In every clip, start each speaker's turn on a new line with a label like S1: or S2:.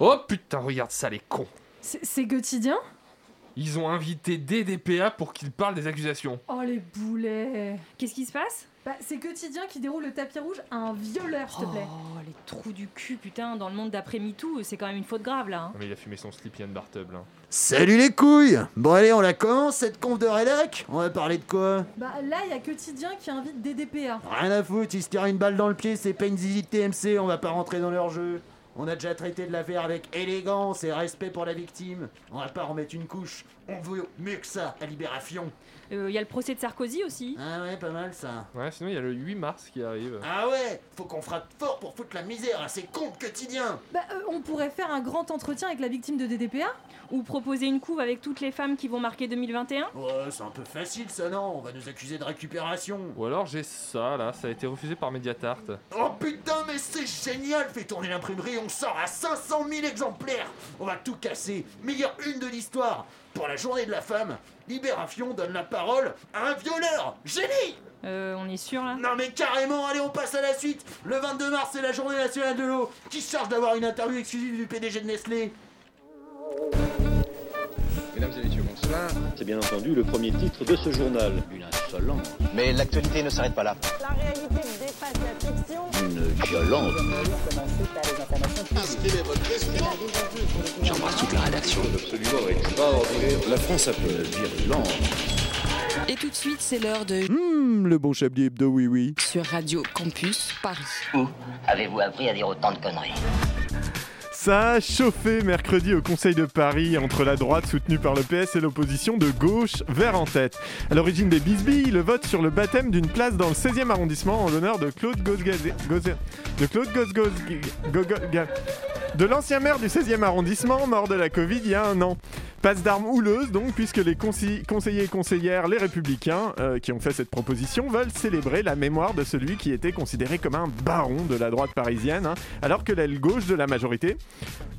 S1: Oh putain, regarde ça, les cons.
S2: C'est c'est quotidien
S1: Ils ont invité DDPA pour qu'ils parlent des accusations.
S2: Oh les boulets
S3: Qu'est-ce qui se passe
S2: Bah c'est quotidien qui déroule le tapis rouge à un violeur, s'il te plaît.
S3: Oh, les trous du cul, putain, dans le monde d'après MeToo, c'est quand même une faute grave là. hein.
S1: Non mais il a fumé son slip Yann Bartable. Hein.
S4: Salut les couilles Bon allez, on la commence cette conf de rédac On va parler de quoi
S2: Bah là, il y a quotidien qui invite DDPA.
S4: Rien à foutre, ils se tirent une balle dans le pied, c'est pas une zizi de TMC, on va pas rentrer dans leur jeu. On a déjà traité de l'affaire avec élégance et respect pour la victime. On va pas en mettre une couche. On veut mieux que ça, la libération.
S3: Euh, Il y a le procès de Sarkozy aussi.
S4: Ah ouais, pas mal ça.
S1: Ouais, sinon il y a le 8 mars qui arrive.
S4: Ah ouais, faut qu'on frappe fort pour foutre la misère à ces cons de quotidien.
S2: Bah euh, on pourrait faire un grand entretien avec la victime de DDPA
S3: Ou proposer une couve avec toutes les femmes qui vont marquer 2021.
S4: Ouais, c'est un peu facile ça, non On va nous accuser de récupération.
S1: Ou alors j'ai ça là, ça a été refusé par Mediatart.
S4: Oh putain, mais c'est génial Fais tourner l'imprimerie, on sort à 500 000 exemplaires On va tout casser Meilleure une de l'histoire Pour la journée de la femme, Libération donne la parole à un violeur Génie
S3: Euh, on est sûr là
S4: Non mais carrément, allez, on passe à la suite Le 22 mars, c'est la journée nationale de l'eau qui se charge d'avoir une interview exclusive du PDG de Nestlé
S5: Mesdames et messieurs, bonsoir.
S6: C'est bien entendu le premier titre de ce journal. Une insolence.
S7: Mais l'actualité ne s'arrête pas là.
S8: La réalité dépasse la fiction.
S6: Une violence. J'embrasse toute la rédaction. Absolument La France a peu virulente.
S9: Et tout de suite, c'est l'heure de
S4: Hum, le bon Chablis Hebdo, oui oui.
S9: sur Radio Campus Paris.
S7: Avez-vous appris à dire autant de conneries
S10: Ça a chauffé mercredi au Conseil de Paris entre la droite soutenue par le PS et l'opposition de gauche vert en tête. À l'origine des bisbilles, le vote sur le baptême d'une place dans le 16e arrondissement en l'honneur de Claude Gosgazé- Gosé- de Claude Gosgoz- Gogoga- de l'ancien maire du 16e arrondissement mort de la Covid il y a un an. Passe d'armes houleuse donc puisque les consi- conseillers et conseillères, les républicains euh, qui ont fait cette proposition veulent célébrer la mémoire de celui qui était considéré comme un baron de la droite parisienne hein, alors que l'aile gauche de la majorité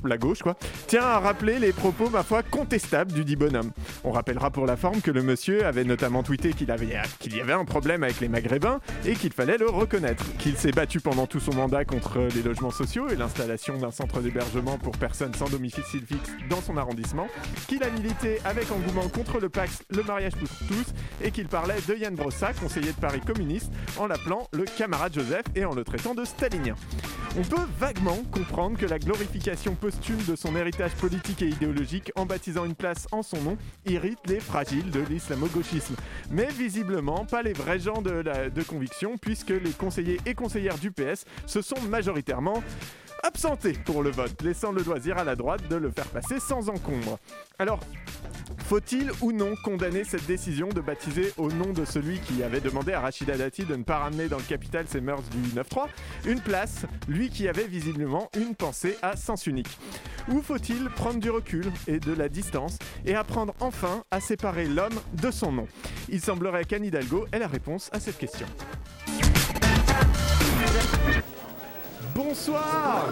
S10: la gauche quoi, tient à rappeler les propos, ma foi, contestables du dit bonhomme. On rappellera pour la forme que le monsieur avait notamment tweeté qu'il avait, qu'il y avait un problème avec les Maghrébins et qu'il fallait le reconnaître, qu'il s'est battu pendant tout son mandat contre les logements sociaux et l'installation d'un centre d'hébergement pour personnes sans domicile fixe dans son arrondissement, qu'il a milité avec engouement contre le Pax, le mariage pour tous, et qu'il parlait de Yann Brossa, conseiller de Paris communiste, en l'appelant le camarade Joseph et en le traitant de stalinien. On peut vaguement comprendre que la glorification posthume de son héritage politique et idéologique en baptisant une place en son nom irrite les fragiles de l'islamo-gauchisme. Mais visiblement, pas les vrais gens de, la- de conviction, puisque les conseillers et conseillères du PS se sont majoritairement absentés pour le vote, laissant le loisir à la droite de le faire passer sans encombre. Alors, faut-il ou non condamner cette décision de baptiser au nom de celui qui avait demandé à Rachida Dati de ne pas ramener dans le capital ses mœurs du 9-3 une place, lui qui avait visiblement une pensée à sens unique Ou faut-il prendre du recul et de la distance et apprendre enfin à séparer l'homme de son nom Il semblerait qu'Anne Hidalgo ait la réponse à cette question. Bonsoir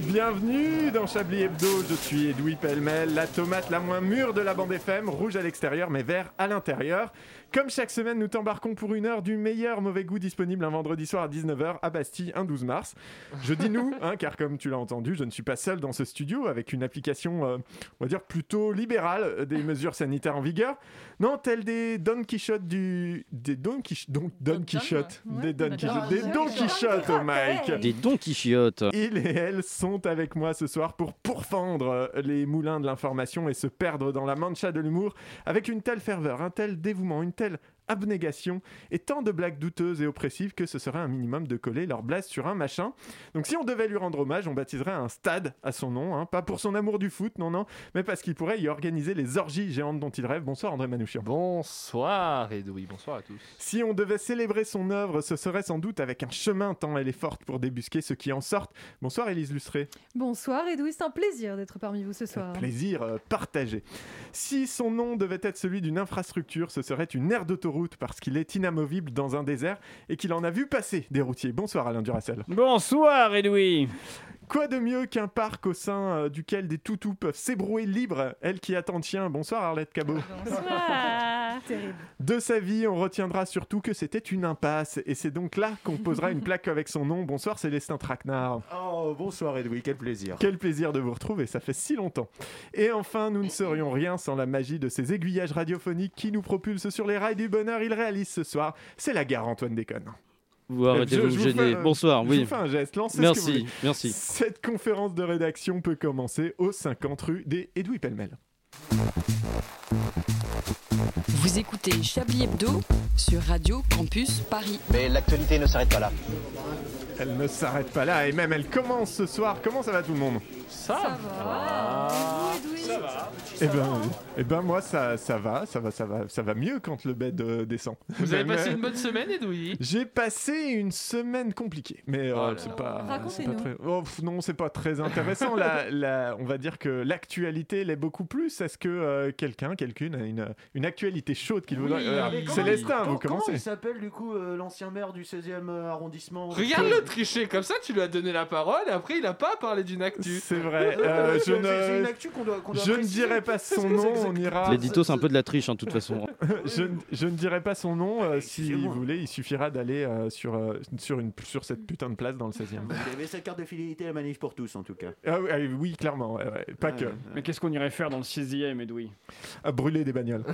S10: Bienvenue dans Chablis Hebdo, je suis Edoui Pellemel, la tomate la moins mûre de la bande FM, rouge à l'extérieur mais vert à l'intérieur. Comme chaque semaine, nous t'embarquons pour une heure du meilleur mauvais goût disponible un vendredi soir à 19h à Bastille, un 12 mars. Je dis nous, hein, car comme tu l'as entendu, je ne suis pas seul dans ce studio avec une application, euh, on va dire, plutôt libérale euh, des mesures sanitaires en vigueur. Non, telles des Don Quichotte du... Des Don, Quich- Don- Don
S3: Don,
S10: Quichotte.
S3: ouais.
S10: Des Don
S3: Don
S10: Quichotte. Des
S2: Quichotte.
S10: Don Quichotte, oh, Mike.
S6: Des dons qui chiotent.
S10: Ils et elles sont avec moi ce soir pour pourfendre euh, les moulins de l'information et se perdre dans la mancha de l'humour avec une telle ferveur, un tel dévouement, une telle abnégation et tant de blagues douteuses et oppressives que ce serait un minimum de coller leur blase sur un machin. Donc si on devait lui rendre hommage, on baptiserait un stade à son nom, hein. pas pour son amour du foot, non, non, mais parce qu'il pourrait y organiser les orgies géantes dont il rêve. Bonsoir André Manouchian.
S1: Bonsoir Edoui, bonsoir à tous.
S10: Si on devait célébrer son œuvre, ce serait sans doute avec un chemin tant elle est forte pour débusquer ceux qui en sortent. Bonsoir Élise Lustré.
S2: Bonsoir Edoui, c'est un plaisir d'être parmi vous ce soir.
S10: Plaisir euh, partagé. Si son nom devait être celui d'une infrastructure, ce serait une aire d'autoroute parce qu'il est inamovible dans un désert et qu'il en a vu passer des routiers. Bonsoir Alain Duracel.
S11: Bonsoir Edoui
S10: Quoi de mieux qu'un parc au sein euh, duquel des toutous peuvent s'ébrouer libres, elles qui attendent chien. Bonsoir Arlette Cabot.
S3: Bonsoir
S2: Terrible.
S10: De sa vie, on retiendra surtout que c'était une impasse. Et c'est donc là qu'on posera une plaque avec son nom. Bonsoir Célestin Traquenard.
S4: Oh, bonsoir Edoui, quel plaisir.
S10: Quel plaisir de vous retrouver, ça fait si longtemps. Et enfin, nous ne serions rien sans la magie de ces aiguillages radiophoniques qui nous propulsent sur les rails du bonheur. Il réalise ce soir, c'est la gare Antoine Déconne.
S11: Vous arrêtez de
S10: Je-
S11: vous
S10: je vous
S11: gêner.
S10: fais un-
S11: Bonsoir,
S10: Je
S11: oui.
S10: vous fais un geste, lancez ce que vous
S11: Merci,
S10: voulez.
S11: merci.
S10: Cette conférence de rédaction peut commencer au 50 rue des Edoui Pellemel.
S9: Vous écoutez Chablis Hebdo sur Radio Campus Paris.
S7: Mais l'actualité ne s'arrête pas là.
S10: Elle ne s'arrête pas là et même elle commence ce soir. Comment ça va tout le monde
S1: Ça
S10: Eh ben, eh ben moi ça, ça va, ça va, ça va, ça va mieux quand le bed euh, descend.
S1: Vous avez
S10: Mais-
S1: passé une bonne semaine, Edoui
S10: J'ai passé une semaine compliquée, mais euh,
S1: Oh là
S10: c'est
S1: là.
S10: pas, c'est pas
S2: Racontez-nous.
S10: très, Oh, pff, non, c'est pas très intéressant. la, la- on va dire que l'actualité l'est beaucoup plus. Est-ce que euh, quelqu'un, quelqu'une a une, une actualité chaude qu'il voudrait
S1: Oui,
S10: Alors,
S1: mais comment
S10: Célestin, vous
S4: Comment
S10: commencez.
S4: il s'appelle du coup euh, l'ancien maire du 16e arrondissement
S1: Regarde-le tricher, comme ça tu lui as donné la parole, et après il a pas parlé d'une actu.
S10: C'est vrai.
S4: Euh,
S10: euh, je
S4: c'est- c'est une
S10: ne,
S4: actu qu'on doit- qu'on doit
S10: je ne
S4: préciser.
S10: dirai pas son
S4: C'est-
S10: nom.
S4: c'est-
S10: On ira.
S11: L'édito, c'est un peu de la triche, hein, de toute façon.
S10: je, ne- je ne dirai pas son nom. euh, si vous
S4: Excusez-moi.
S10: voulez, il suffira d'aller euh, sur, euh, sur, une, sur cette putain de place dans le 16e.
S4: Il avait sa Eh ben, carte de fidélité à la manif pour tous en tout cas.
S10: Ah oui, ah oui, clairement. ouais, ouais, Pas que.
S12: Mais qu'est-ce qu'on irait faire dans le 6ème, Edoui
S10: à brûler des bagnoles.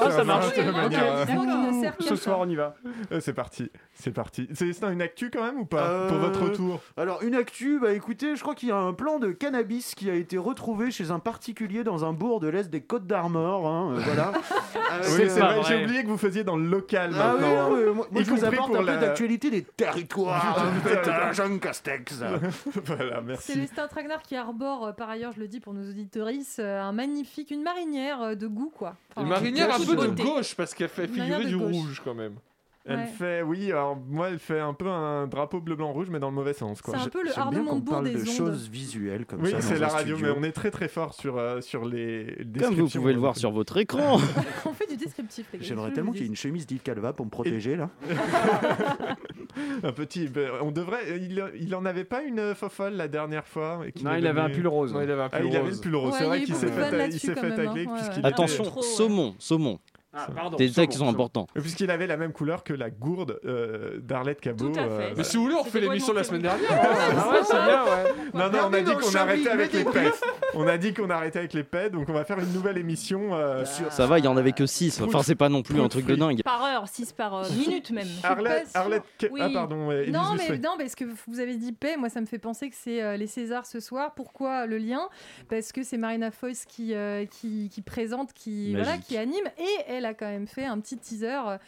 S12: Ah, ça marche.
S10: De manière, euh,
S2: Évidemment qu'il ne sert qu'à
S12: Ce
S2: ça.
S12: soir, on y va.
S10: Euh, C'est parti, c'est parti. Célestin, une actu quand même ou pas Pour
S4: Euh,
S10: votre retour
S4: Alors une actu, bah écoutez, je crois qu'il y a un plan de cannabis qui a été retrouvé chez un particulier dans un bourg de l'est des Côtes d'Armor. hein, euh, voilà. Euh,
S10: Oui,
S12: c'est
S10: c'est
S12: pas
S10: vrai,
S12: vrai.
S10: j'ai oublié que vous faisiez dans le local
S4: Ah oui,
S10: maintenant. hein.
S4: non, mais moi, moi,
S10: Y
S4: je vous
S10: compris
S4: apporte
S10: pour
S4: un
S10: la-
S4: peu d'actualité des territoires, en fait, de la Jeanne Castex.
S10: voilà, merci.
S2: Célestin Tragnard qui arbore, euh, par ailleurs, je le dis pour nos auditrices, euh, un magnifique, une marinière euh, de goût, quoi. Enfin,
S1: Une marinière un
S2: toute
S1: peu de
S2: beauté.
S1: gauche, parce qu'elle fait
S2: Une manière
S1: figurer
S2: de
S1: du
S2: gauche.
S1: rouge quand même.
S10: Elle
S2: Ouais.
S10: fait, oui, alors moi, elle fait un peu un drapeau bleu, blanc, rouge, mais dans le mauvais sens.
S2: C'est
S10: Quoi.
S2: un peu le
S4: J'aime bien
S2: Arnaud
S4: qu'on
S2: Montebourg
S4: parle
S2: des
S4: de
S2: ondes.
S4: choses visuelles comme
S10: Oui,
S4: ça. dans
S10: c'est
S4: un
S10: la radio,
S4: studio.
S10: mais on est très très fort sur, euh, sur les euh,
S11: Comme vous pouvez le voir sur votre écran.
S2: On fait du descriptif, les gars.
S4: J'aimerais tellement qu'il y ait une chemise d'Yves Calva pour me protéger là.
S10: Un petit, euh, on devrait, il, il en avait pas une euh, fofolle la dernière fois et qui
S12: Non,
S10: est
S12: il avait un
S10: devenue-
S12: pull rose.
S1: Non, il avait un
S10: Ah,
S1: pull
S10: il avait le
S1: rose.
S10: pull rose,
S2: Ouais,
S10: c'est
S2: il y
S10: vrai
S2: a eu
S10: qu'il s'est
S2: beaucoup de vannes
S10: fait, il
S2: là-dessus,
S10: s'est
S2: quand
S10: fait
S2: même,
S10: tacler
S2: hein, ouais,
S10: puisqu'il
S2: ouais.
S10: était-
S11: Attention,
S3: Trop, ouais.
S11: saumon, saumon.
S12: Ah, pardon.
S11: Des détails qui sont
S12: saumon, saumon.
S11: importants.
S10: Et Puisqu'il avait la même couleur que la gourde euh, d'Arlette Cabot.
S3: Tout à fait.
S1: Mais si vous voulez, on refait
S3: C'était
S1: l'émission de la semaine
S3: complètement
S1: dernière.
S12: Ah ouais, c'est bien, ouais.
S10: Non, non, on a
S4: Bienvenue
S10: dit
S4: dans
S10: qu'on
S4: Chablis,
S10: arrêtait avec les
S4: mettez-
S10: pets. On a dit qu'on arrêtait avec les pets, donc on va faire une nouvelle émission.
S2: Bah.
S10: euh, sur...
S11: Ça va, il y en avait que 6. Enfin, c'est pas non plus un truc de dingue.
S3: Par heure, 6 par euh, minute même.
S2: Ah, pas
S10: Arlette,
S2: sûre.
S10: Arlette, Ca-
S2: Oui.
S10: ah pardon, euh, Élise
S2: Non mais,
S10: Lucet.
S2: non, mais ce que vous avez dit paix, moi ça me fait penser que c'est euh, les Césars ce soir. Pourquoi le lien Parce que c'est Marina Foïs qui, euh, qui, qui présente, qui,
S11: Magique.
S2: voilà, qui anime, et elle a quand même fait un petit teaser euh,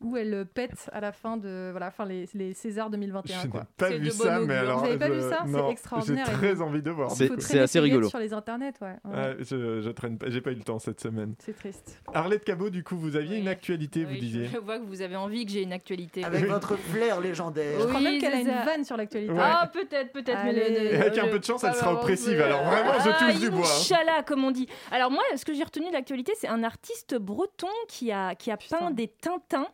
S2: où elle euh, pète à la fin de voilà, enfin, les, les Césars
S10: Je
S2: 2021.
S10: n'ai
S2: Quoi.
S10: pas
S3: C'est
S10: vu
S3: de hein. bonne
S10: ça, mais
S3: augure.
S10: alors.
S2: Vous avez pas
S10: je-
S2: vu ça C'est
S10: non,
S2: extraordinaire,
S10: J'ai
S2: Edoui.
S10: très envie de voir.
S11: C'est-
S2: Faut traîner
S11: c'est assez
S2: sur les-
S11: rigolo.
S2: Sur les internets, ouais. ouais.
S10: Ouais, Ah, je, je traîne pas, j'ai pas eu le temps cette semaine.
S2: C'est triste.
S10: Arlette Cabot, du coup, vous aviez
S3: Oui.
S10: une actualité, vous
S3: Oui,
S10: disiez.
S3: Je vois que vous avez envie que j'ai une actualité.
S4: Avec votre flair légendaire.
S2: Je crois
S3: Oui,
S2: même qu'elle a
S3: c'est
S2: une
S3: ça.
S2: vanne sur l'actualité.
S10: Ouais.
S3: Ah, peut-être, peut-être. mais
S2: Allez.
S3: le-
S10: Et
S3: le-
S10: avec un
S3: le-
S10: peu de chance,
S3: pas
S10: elle sera
S3: m'avancer.
S10: oppressive, alors vraiment, je
S3: Ah,
S10: touche du bois, hein.
S3: Inch'Allah, comme on dit. Alors, moi, ce que j'ai retenu de l'actualité, c'est un artiste breton qui a, qui a
S2: Putain.
S3: peint des Tintins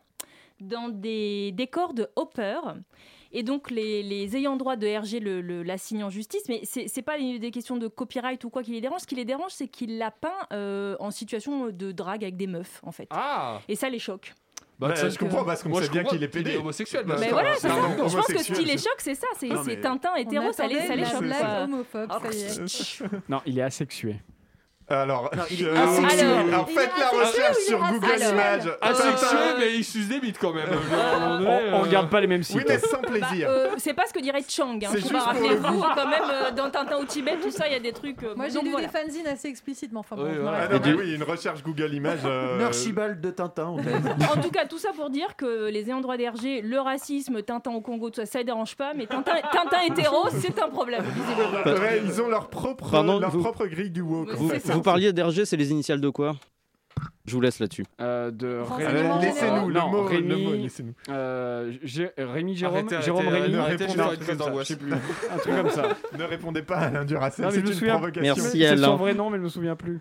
S3: dans des décors de Hopper. Et donc, les, les ayants droit de Hergé le- le- l'assignent en justice. Mais c'est n'est pas une des questions de copyright ou quoi qui les dérange. Ce qui les dérange, c'est qu'il l'a peint euh, en situation de drague avec des meufs, en fait.
S1: Ah
S3: Et ça les choque.
S10: Bah,
S1: Bah,
S10: je comprends parce qu'on
S1: Moi,
S10: sait
S1: je
S10: bien
S1: comprends
S10: qu'il est pédé.
S1: homosexuel,
S10: Bah,
S1: bah,
S3: Mais
S10: ça,
S3: voilà,
S10: c'est
S3: c'est
S10: un
S3: ça.
S10: homme
S3: Je pense que ce
S10: homosexuel,
S3: qui les
S10: ça.
S3: choque, c'est ça. C'est
S4: Non,
S3: c'est
S4: mais-
S3: Tintin hétéro, ça les, ça les
S10: la
S3: choque.
S10: blague
S3: quoi.
S2: blague homophobe, ça y est.
S12: Non, il est asexué.
S10: Alors,
S4: il est
S10: je-
S4: asexué.
S10: alors,
S2: Il est
S10: faites la
S2: asexué ou
S10: recherche
S2: il est
S10: sur Google
S3: asexuel
S10: Images.
S1: Asexué, mais il suce des bites quand même.
S12: On, on regarde pas les mêmes sites.
S10: Oui, mais sans
S3: Bah,
S10: plaisir.
S3: euh, c'est pas ce que dirait Chang. Hein,
S10: C'est
S3: faut
S10: juste
S3: pas
S10: pour
S3: rappeler
S10: le
S3: vous quand même euh, dans Tintin au Tibet, tout ça, il y a des trucs. euh,
S2: Moi j'ai
S3: donc
S2: lu
S3: voilà.
S2: des fanzines assez explicitement. Enfin, bon,
S1: Oui,
S2: je
S1: voilà.
S10: Ah
S2: m'arrête
S10: non,
S2: là.
S10: mais oui, une recherche Google Images. euh,
S4: Archibald de Tintin, on t'aime.
S3: En tout cas, tout ça pour dire que les ayants droit d'Hergé, le racisme, Tintin au Congo, tout ça, ça les dérange pas, mais Tintin, Tintin hétéro, c'est un problème. visiblement.
S10: Ouais, ils ont leur propre,
S11: Pardon,
S10: leur
S11: vous-
S10: propre grille du woke. en
S11: Vous,
S10: fait.
S11: vous parliez d'Hergé, c'est les initiales de quoi Je vous laisse là-dessus.
S12: Euh, de
S2: Renseignements
S10: Euh,
S12: Rémi.
S10: Laissez-nous le
S12: Non,
S10: mot,
S12: Rémi.
S10: le mot, laissez-nous.
S12: euh, Gé- Rémi Jérôme.
S1: Arrêtez, arrêtez,
S12: Jérôme
S1: arrêtez,
S12: Rémi.
S10: arrête,
S1: arrêtez,
S10: répondez
S1: je vais
S10: pas
S1: faire une crise d'angoisse.
S12: Un truc comme ça.
S10: Ne répondez pas à Alain Duracell,
S12: Non, mais
S10: c'est
S12: je me
S10: une
S12: souviens.
S10: provocation.
S11: Merci
S12: C'est
S11: Alain.
S12: son vrai nom, mais je me souviens plus.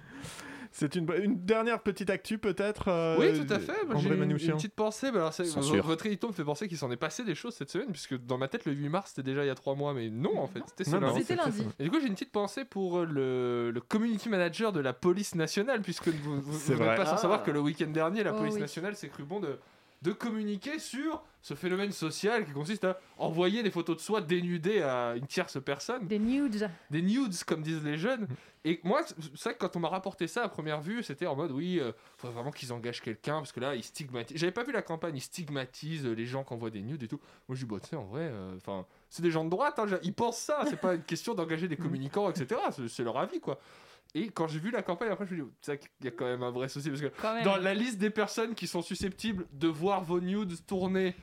S10: C'est une, une dernière petite actu peut-être euh,
S1: Oui, tout à fait. Moi, J'ai
S10: André
S1: une, une
S10: Manouchian.
S1: petite pensée. mais alors, c'est-
S10: Censure.
S1: votre votre édito me fait penser qu'il s'en est passé des choses cette semaine, puisque dans ma tête, le 8 mars, c'était déjà il y a trois mois, mais non, en fait, c'était ce
S10: Non, non,
S1: lundi.
S10: C'était c'était lundi. ce-
S1: Et du coup, j'ai une petite pensée pour euh, le, le community manager de la police nationale, puisque vous, vous-
S10: C'est
S1: vous n'êtes
S10: vrai.
S1: pas sans
S10: Ah.
S1: savoir que le week-end dernier, la
S10: Oh,
S1: police
S10: oui.
S1: nationale s'est cru bon de de communiquer sur ce phénomène social qui consiste à envoyer des photos de soi dénudées à une tierce personne.
S2: Des nudes.
S1: Des nudes, comme disent les jeunes. Et moi, c- c'est vrai que quand on m'a rapporté ça à première vue, c'était en mode oui, euh, faut vraiment qu'ils engagent quelqu'un parce que là, ils stigmatisent. J'avais pas vu la campagne, ils stigmatisent les gens qui envoient des nudes et tout. Moi, je dis, bah, tu sais, en vrai, enfin, c'est des gens de droite, hein, je- ils pensent ça, c'est pas une question d'engager des communicants, etc. C'est- C'est leur avis, quoi. Et quand j'ai vu la campagne, après, je me suis dit, ça, il y a quand même un vrai souci parce
S3: Quand
S1: que
S3: même.
S1: dans la liste des personnes qui sont susceptibles de voir vos nudes tourner,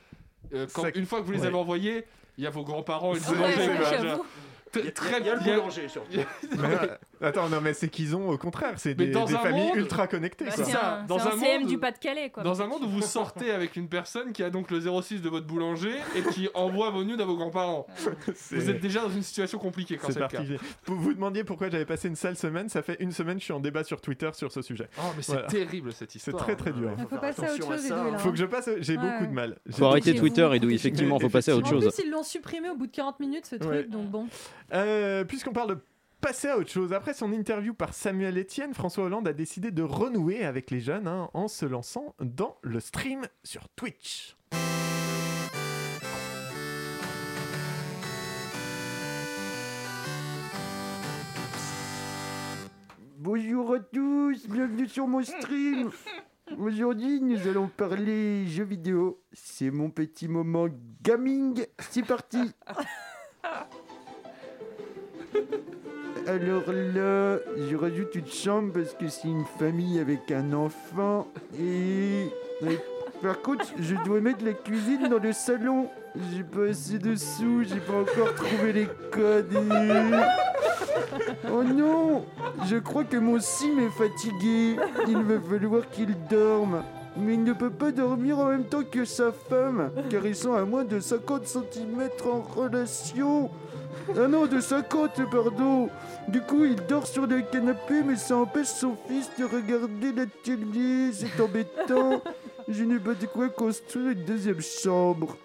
S1: euh, quand-
S10: Ça-
S1: une fois que vous les
S10: ouais.
S1: avez envoyées, il y a vos grands-parents et le
S10: Ouais,
S1: boulanger,
S10: ouais,
S1: quoi,
S10: j'avoue.
S1: genre.
S13: Il y a- il y a le boulanger, surtout.
S10: Mais, euh, Attends, non, mais c'est qu'ils ont au contraire, c'est
S1: Mais
S10: des,
S1: dans
S10: des
S1: un
S10: familles
S1: monde-
S10: ultra connectées.
S1: Bah,
S10: quoi.
S1: c'est un- Dans
S14: C'est un,
S1: un
S14: CM
S1: monde-
S14: du Pas-de-Calais, quoi.
S1: Dans un monde où vous sortez avec une personne qui a donc le 06 de votre boulanger et qui envoie vos nudes à vos grands-parents. Vous êtes déjà dans une situation compliquée quand
S10: C'est
S1: c'est le cas.
S10: particulier. Vous vous demandiez pourquoi j'avais passé une sale semaine. Ça fait une semaine que je suis en débat sur Twitter sur ce sujet.
S1: Oh, mais c'est terrible, cette histoire.
S10: C'est très très dur.
S2: Il faut passer à autre chose,
S13: hein.
S10: ça,
S2: Edoui, là.
S10: Faut que je passe. J'ai
S2: Ouais.
S10: beaucoup de mal. J'ai
S11: Faut arrêter
S10: beaucoup de
S11: Twitter,
S10: mal.
S11: Edoui, effectivement, faut passer à autre
S2: en
S11: chose.
S2: plus, ils l'ont supprimé au bout de 40 minutes, ce truc,
S10: Ouais.
S2: donc bon.
S10: Euh, Puisqu'on parle de passer à autre chose, après son interview par Samuel Etienne, François Hollande a décidé de renouer avec les jeunes hein, en se lançant dans le stream sur Twitch.
S4: Bonjour à tous, bienvenue sur mon stream. Aujourd'hui, nous allons parler jeux vidéo. C'est mon petit moment gaming. C'est parti. Alors là, je rajoute une chambre parce que c'est une famille avec un enfant. Et. et par contre, je dois mettre la cuisine dans le salon. J'ai pas assez de sous, j'ai pas encore trouvé les codes. Et- Oh non Je crois que mon sim est fatigué. Il va falloir qu'il dorme. Mais il ne peut pas dormir en même temps que sa femme, car ils sont à moins de 50 cm en relation. Ah non, de 50, pardon. Du coup, il dort sur le canapé, mais ça empêche son fils de regarder la télé. C'est embêtant. Je n'ai pas de quoi construire une deuxième chambre.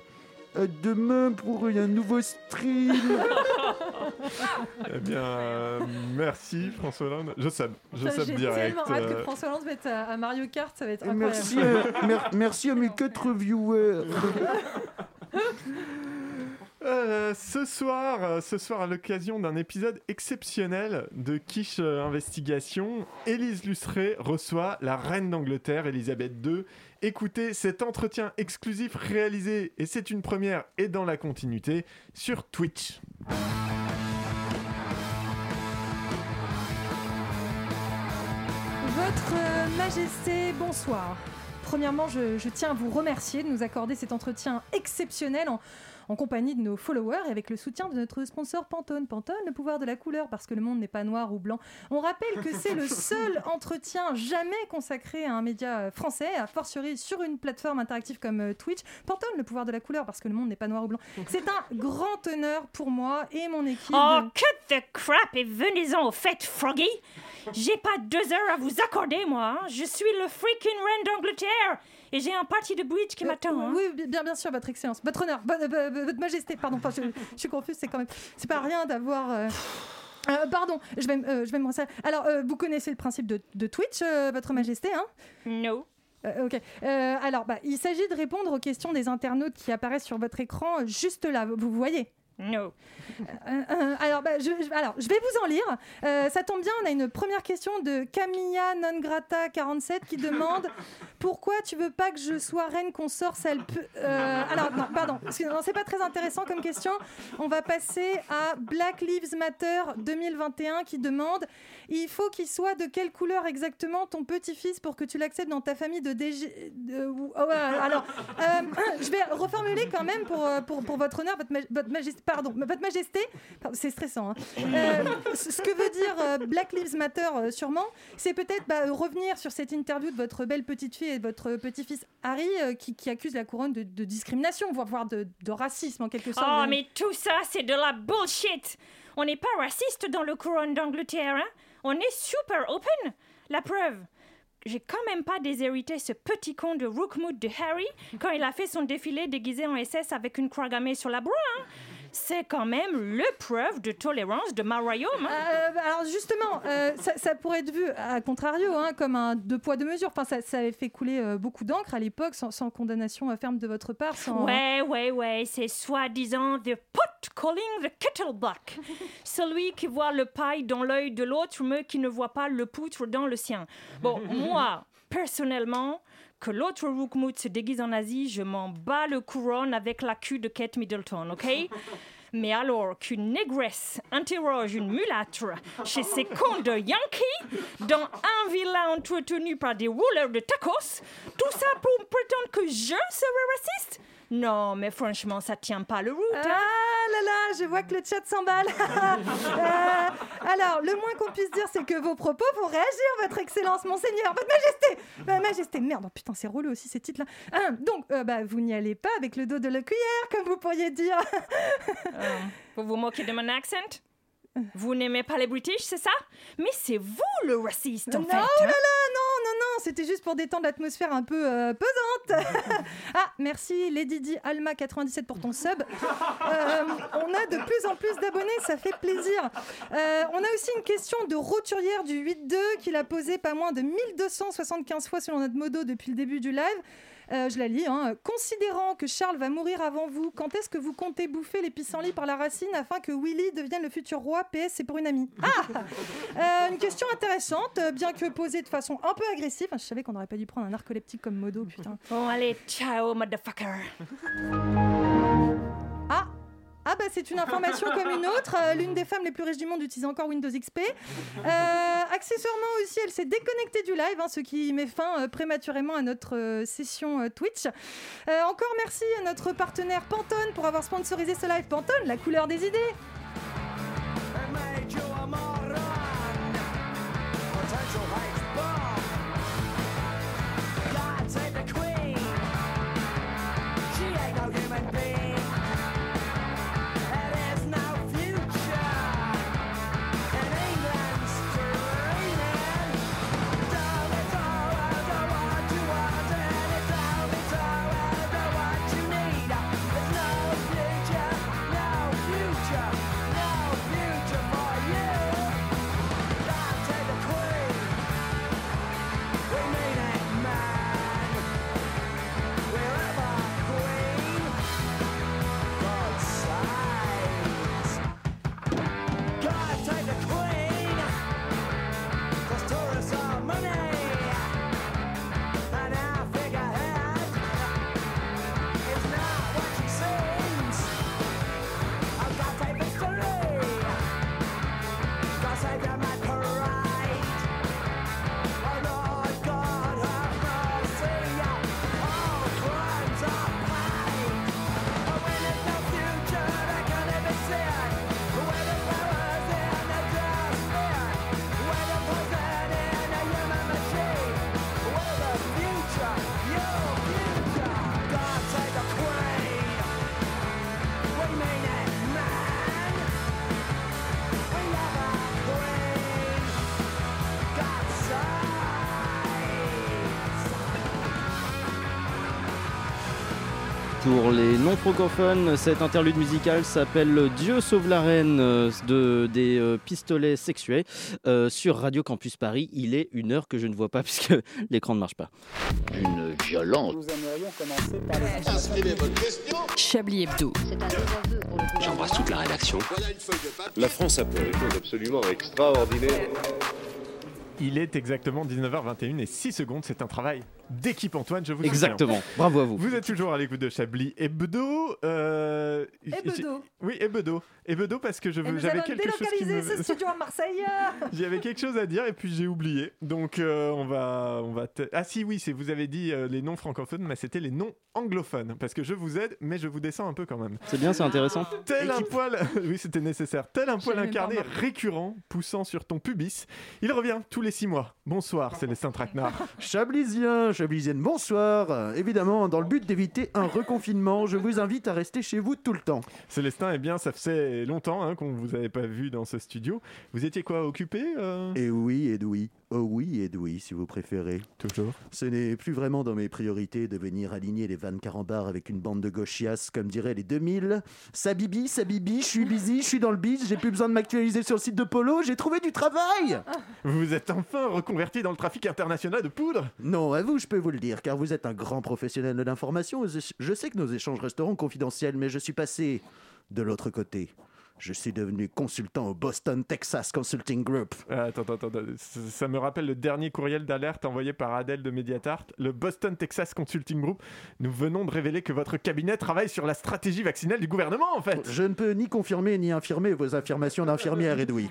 S4: À demain pour un nouveau stream.
S10: Eh bien, euh, merci François Hollande. Je sub, je
S2: Putain,
S10: sub
S2: J'ai
S10: direct.
S2: tellement hâte que
S10: euh,
S2: François Hollande se mette à, à Mario Kart, ça va être
S4: Et
S2: incroyable.
S4: merci, euh, à, mer- merci à mes quatre viewers.
S10: Euh, ce soir, euh, ce soir à l'occasion d'un épisode exceptionnel de Quiche euh, Investigation, Élise Lustré reçoit la reine d'Angleterre, Elisabeth II. Écoutez cet entretien exclusif réalisé, et c'est une première et dans la continuité, sur Twitch.
S2: Votre euh, Majesté, bonsoir. Premièrement, je, je tiens à vous remercier de nous accorder cet entretien exceptionnel en, en compagnie de nos followers et avec le soutien de notre sponsor Pantone. Pantone, le pouvoir de la couleur, parce que le monde n'est pas noir ou blanc. On rappelle que c'est le seul entretien jamais consacré à un média euh, français, a fortiori sur une plateforme interactive comme euh, Twitch. Pantone, le pouvoir de la couleur, parce que le monde n'est pas noir ou blanc. C'est un grand honneur pour moi et mon équipe.
S3: Oh,
S2: de-
S3: cut the crap et venez-en au fait, Froggy. J'ai pas deux heures à vous accorder, moi. hein. Je suis le freaking reine d'Angleterre et j'ai un parti de bridge qui
S2: Euh,
S3: m'attend. hein.
S2: Oui, bi- bien, bien sûr, votre excellence, votre honneur, vo- vo- vo- votre majesté, pardon, enfin, je, je suis confuse, c'est quand même, c'est pas rien d'avoir. euh, euh, pardon, je vais, m- euh, je vais me renseigner. Alors, euh, vous connaissez le principe de, de Twitch, euh, votre majesté, hein
S3: Non.
S2: ok. Euh, alors, bah, il s'agit de répondre aux questions des internautes qui apparaissent sur votre écran, euh, juste là, vous, vous voyez
S3: Non.
S2: Euh, euh, alors, bah, je, je- alors, je vais vous en lire. Euh, ça tombe bien, on a une première question de Camilla Non Grata 47 qui demande Pourquoi tu veux pas que je sois reine consort sale pe- Euh, Alors, non, pardon, parce que- non, c'est pas très intéressant comme question. On va passer à Black Lives Matter 2021 qui demande Il faut qu'il soit de quelle couleur exactement ton petit-fils pour que tu l'acceptes dans ta famille de DG. de- ou- oh, ouais, alors, euh, je vais reformuler quand même pour, euh, pour, pour votre honneur, votre, maj- votre majesté. Pardon, votre majesté. Pardon, C'est stressant. hein. Euh, ce ce que veut dire euh, Black Lives Matter, euh, sûrement, c'est peut-être bah, revenir sur cette interview de votre belle petite fille et de votre petit-fils Harry euh, qui, qui accuse la couronne de, de discrimination, voire, voire de, de racisme en quelque sorte.
S3: Oh, mais tout ça, c'est de la bullshit. On n'est pas raciste dans le couronne d'Angleterre. hein. On est super open. La preuve j'ai quand même pas déshérité ce petit con de Rookmood de Harry quand il a fait son défilé déguisé en SS avec une croix gammée sur la broie. hein. C'est quand même le preuve de tolérance de ma royaume. hein.
S2: Euh, bah, alors justement, euh, ça, ça pourrait être vu à contrario, hein, comme un deux poids deux mesures. Enfin, ça, ça avait fait couler euh, beaucoup d'encre à l'époque, sans, sans condamnation euh, ferme de votre part. Sans...
S3: Ouais, ouais, ouais, c'est soi-disant the pot calling the kettle black. Celui qui voit le paille dans l'œil de l'autre, mais qui ne voit pas le poutre dans le sien. Bon, moi, personnellement, que l'autre Rookmood se déguise en Asie, je m'en bats le couronne avec la queue de Kate Middleton, ok mais alors qu'une négresse interroge une mulâtre chez ces cons de Yankee, dans un villa entretenu par des rouleurs de tacos, tout ça pour prétendre que je serais raciste Non, mais franchement, ça tient pas le route.
S2: Ah
S3: hein.
S2: là là, je vois que le chat s'emballe. Euh, alors, le moins qu'on puisse dire, c'est que vos propos vont réagir, votre excellence, monseigneur, votre majesté. Ma majesté, merde, oh putain, c'est relou aussi ces titres-là. Hein, donc, euh, bah, vous n'y allez pas avec le dos de la cuillère, comme vous pourriez dire.
S3: Euh, vous vous moquez de mon accent Vous n'aimez pas les British, c'est ça Mais c'est vous le raciste, en
S2: non,
S3: fait.
S2: oh
S3: hein.
S2: là là, non, non, non, c'était juste pour détendre l'atmosphère un peu euh, pesante. ah, merci Lady Di Alma 97 pour ton sub. Euh, on a de plus en plus d'abonnés, ça fait plaisir. Euh, on a aussi une question de roturière du 8-2 qu'il a posée pas moins de 1275 fois selon notre modo depuis le début du live. Euh, je la lis. hein. Considérant que Charles va mourir avant vous, quand est-ce que vous comptez bouffer les pissenlits par la racine afin que Willy devienne le futur roi PS, c'est pour une amie. Ah euh, une question intéressante, euh, bien que posée de façon un peu agressive. Enfin, je savais qu'on n'aurait pas dû prendre un narcoleptique comme modo, putain.
S3: Bon, allez, ciao, motherfucker.
S2: Ah ah bah c'est une information comme une autre. Euh, L'une des femmes les plus riches du monde utilise encore Windows XP. Euh, accessoirement aussi, elle s'est déconnectée du live, hein, ce qui met fin euh, prématurément à notre euh, session euh, Twitch. Euh, encore merci à notre partenaire Pantone pour avoir sponsorisé ce live. Pantone, la couleur des idées.
S9: Pour les non francophones, cette interlude musicale s'appelle Dieu sauve la reine euh, de, des euh, pistolets sexués Euh, sur Radio Campus Paris. Il est une heure que je ne vois pas puisque l'écran ne marche pas. Une violente.
S15: Chablis Hebdo.
S6: J'embrasse toute la rédaction. La France a fait des choses absolument extraordinaires.
S10: Il est exactement 19h21 et 6 secondes. C'est un travail d'équipe, Antoine, je vous soutiens.
S9: Exactement. Bravo à vous.
S10: Vous êtes toujours à l'écoute de Chablis Hebdo. Euh...
S2: Hebdo.
S10: Oui, Hebdo. Hebdo parce que je
S2: Et
S10: veux-
S2: nous
S10: j'avais
S2: allons
S10: quelque chose qui
S2: délocaliser
S10: me...
S2: ce studio à Marseille.
S10: J'avais quelque chose à dire et puis j'ai oublié. Donc euh, on va, on va. te- Ah si oui, c'est vous avez dit euh, les non francophones, mais c'était les non anglophones parce que je vous aide, mais je vous descends un peu quand même.
S9: C'est bien, c'est intéressant.
S10: Tel un poil, oui c'était nécessaire. Tel un poil
S9: J'avais pas
S10: incarné
S9: remarqué.
S10: récurrent, poussant sur ton pubis, il revient tous les six mois. Bonsoir, c'est les saint
S4: Chablisien, Chablisienne, bonsoir. Euh, Évidemment, dans le but d'éviter un reconfinement, je vous invite à rester chez vous tout le temps.
S10: Célestin, eh bien, ça faisait longtemps hein, qu'on ne vous avait pas vu dans ce studio. Vous étiez quoi, occupé euh
S4: Et Eh oui, et oui. Oh oui et oui, si vous préférez.
S10: Toujours.
S4: Ce n'est plus vraiment dans mes priorités de venir aligner les vannes carambars avec une bande de gauchias, comme diraient les 2000. Ça bibi, ça bibi, je suis busy, je suis dans le biz, j'ai plus besoin de m'actualiser sur le site de Polo, j'ai trouvé du travail
S10: Vous vous êtes enfin reconverti dans le trafic international de poudre
S4: Non, à vous, je peux vous le dire, car vous êtes un grand professionnel de l'information. Je- Je sais que nos échanges resteront confidentiels, mais je suis passé de l'autre côté. Je suis devenu consultant au Boston Texas Consulting Group.
S10: Ah, Attends, attends, attends. Ça, ça me rappelle le dernier courriel d'alerte envoyé par Adèle de Mediatart. Le Boston Texas Consulting Group. Nous venons de révéler que votre cabinet travaille sur la stratégie vaccinale du gouvernement, en fait.
S4: Je ne peux ni confirmer ni infirmer vos affirmations d'infirmière, Edoui.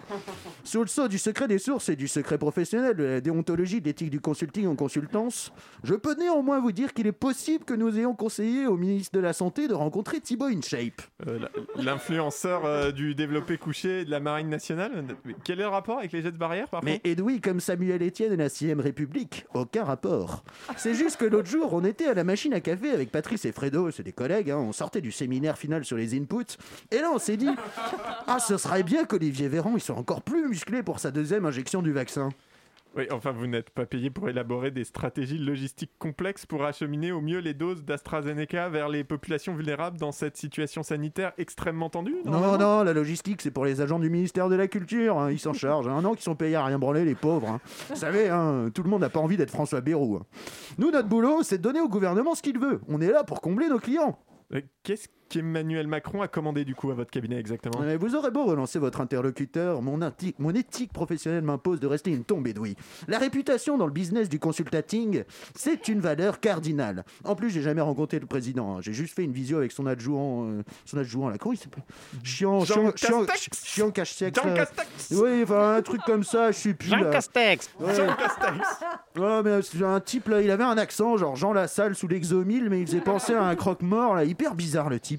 S4: Sous le sceau du secret des sources et du secret professionnel, de la déontologie, de l'éthique du consulting en consultance, je peux néanmoins vous dire qu'il est possible que nous ayons conseillé au ministre de la Santé de rencontrer Thibaut InShape.
S10: Euh, la- L'influenceur euh, du développé couché de la marine nationale. Mais Quel est le rapport avec les jets de barrière, par
S4: Mais
S10: contre
S4: Edoui, comme Samuel Etienne et la 6ème République, aucun rapport. C'est juste que l'autre jour, on était à la machine à café avec Patrice et Fredo, c'est des collègues, hein, on sortait du séminaire final sur les inputs, et là on s'est dit Ah, ce serait bien qu'Olivier Véran, il soit encore plus musclé pour sa deuxième injection du vaccin.
S10: Oui, enfin, vous n'êtes pas payé pour élaborer des stratégies logistiques complexes pour acheminer au mieux les doses d'AstraZeneca vers les populations vulnérables dans cette situation sanitaire extrêmement tendue
S4: Non, non, la logistique, c'est pour les agents du ministère de la Culture. hein, ils s'en chargent. Un an qu'ils sont payés à rien branler, les pauvres. hein. Vous savez, hein, tout le monde n'a pas envie d'être François Bayrou. hein. Nous, notre boulot, c'est de donner au gouvernement ce qu'il veut. On est là pour combler nos clients.
S10: Euh, Qu'est-ce qu'Emmanuel Macron a commandé du coup à votre cabinet exactement
S4: Mais vous aurez beau relancer votre interlocuteur, mon, inti- mon éthique professionnelle m'impose de rester une tombe édouée. La réputation dans le business du consultating, c'est une valeur cardinale. En plus, j'ai jamais rencontré le président. hein. J'ai juste fait une visio avec son adjoint, euh, son adjoint là. Comment il s'appelle Chiant,
S10: Jean
S4: chiant, chiant,
S10: Castex.
S4: chiant Castex,
S10: Jean
S4: là.
S10: Castex.
S4: Oui, enfin un truc comme ça, je suis plus. là. Ouais.
S10: Jean Castex
S4: Ouais, Oh, mais c'est un type là, il avait un accent, genre Jean Lassalle sous l'exomile, mais il faisait penser à un croque-mort là, hyper bizarre le type.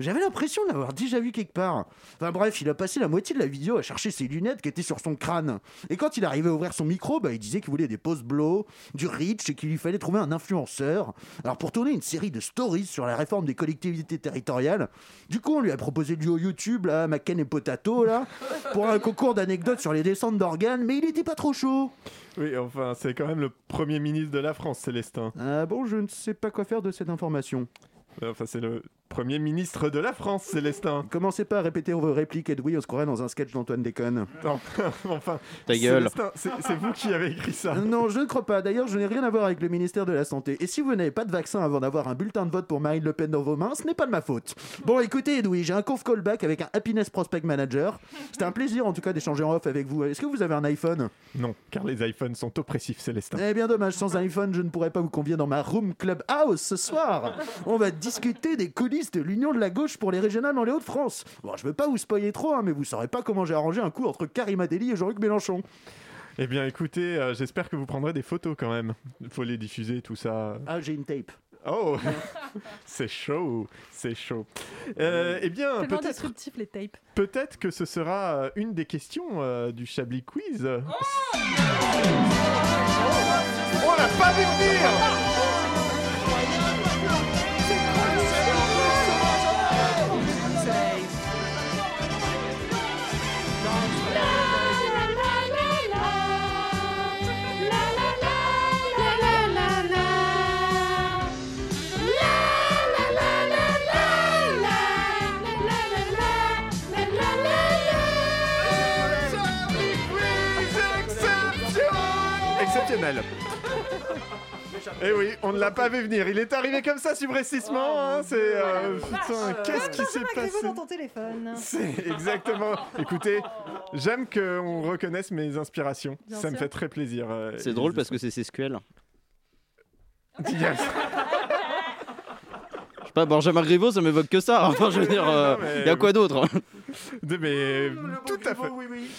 S4: J'avais l'impression de l'avoir déjà vu quelque part. Enfin bref, il a passé la moitié de la vidéo à chercher ses lunettes qui étaient sur son crâne. Et quand il arrivait à ouvrir son micro, bah, il disait qu'il voulait des post blow, du reach et qu'il lui fallait trouver un influenceur. Alors pour tourner une série de stories sur la réforme des collectivités territoriales, du coup on lui a proposé du haut YouTube là, Macken et Potato là, pour un concours d'anecdotes sur les descentes d'organes, mais il était pas trop chaud.
S10: Oui, enfin, c'est quand même le premier ministre de la France, Célestin.
S4: Ah bon, je ne sais pas quoi faire de cette information.
S10: Euh, Enfin, c'est le premier ministre de la France, Célestin.
S4: Commencez pas à répéter vos répliques, Edoui, on se croirait dans un sketch d'Antoine Déconne.
S10: Enfin, enfin,
S11: Ta gueule.
S10: Célestin, c'est c'est vous qui avez écrit ça.
S4: Non, je ne crois pas. D'ailleurs, je n'ai rien à voir avec le ministère de la Santé. Et si vous n'avez pas de vaccin avant d'avoir un bulletin de vote pour Marine Le Pen dans vos mains, ce n'est pas de ma faute. Bon, écoutez, Edoui, j'ai un conf callback avec un Happiness Prospect Manager. C'était un plaisir, en tout cas, d'échanger en off avec vous. Est-ce que vous avez un iPhone
S10: Non, car les iPhones sont oppressifs, Célestin.
S4: Eh bien, dommage, sans iPhone, je ne pourrais pas vous convier dans ma Room Club House ce soir. On va discuter des coulisses de l'Union de la gauche pour les régionales dans les Hauts-de-France. Bon, je veux pas vous spoiler trop, hein, mais vous saurez pas comment j'ai arrangé un coup entre Karima Deli et Jean-Luc Mélenchon.
S10: Eh bien, écoutez, euh, j'espère que vous prendrez des photos quand même. Faut les diffuser, tout ça.
S4: Ah, j'ai une tape.
S10: Oh C'est chaud, c'est chaud. Euh, eh bien,
S2: Tellement
S10: peut-être
S2: destructif les tapes.
S10: peut-être que ce sera euh, une des questions euh, du Chablis Quiz. On l'a pas vu venir Exceptionnel. Eh oui, on ne l'a pas vu venir. Il est arrivé comme ça subressissement. hein, c'est euh, putain, qu'est-ce qui s'est
S2: Macrévo
S10: passé
S2: dans ton téléphone.
S10: C'est exactement. Écoutez, j'aime qu'on reconnaisse mes inspirations.
S2: Bien
S10: ça me
S2: sûr.
S10: fait très plaisir. euh,
S11: C'est drôle parce que c'est SQL.
S10: Yes.
S11: Je sais pas, Benjamin Griveaux, ça m'évoque que ça. Enfin, je veux dire,
S9: euh,
S10: Non, mais-
S11: il y a quoi d'autre
S10: De- mais euh, tout à fait.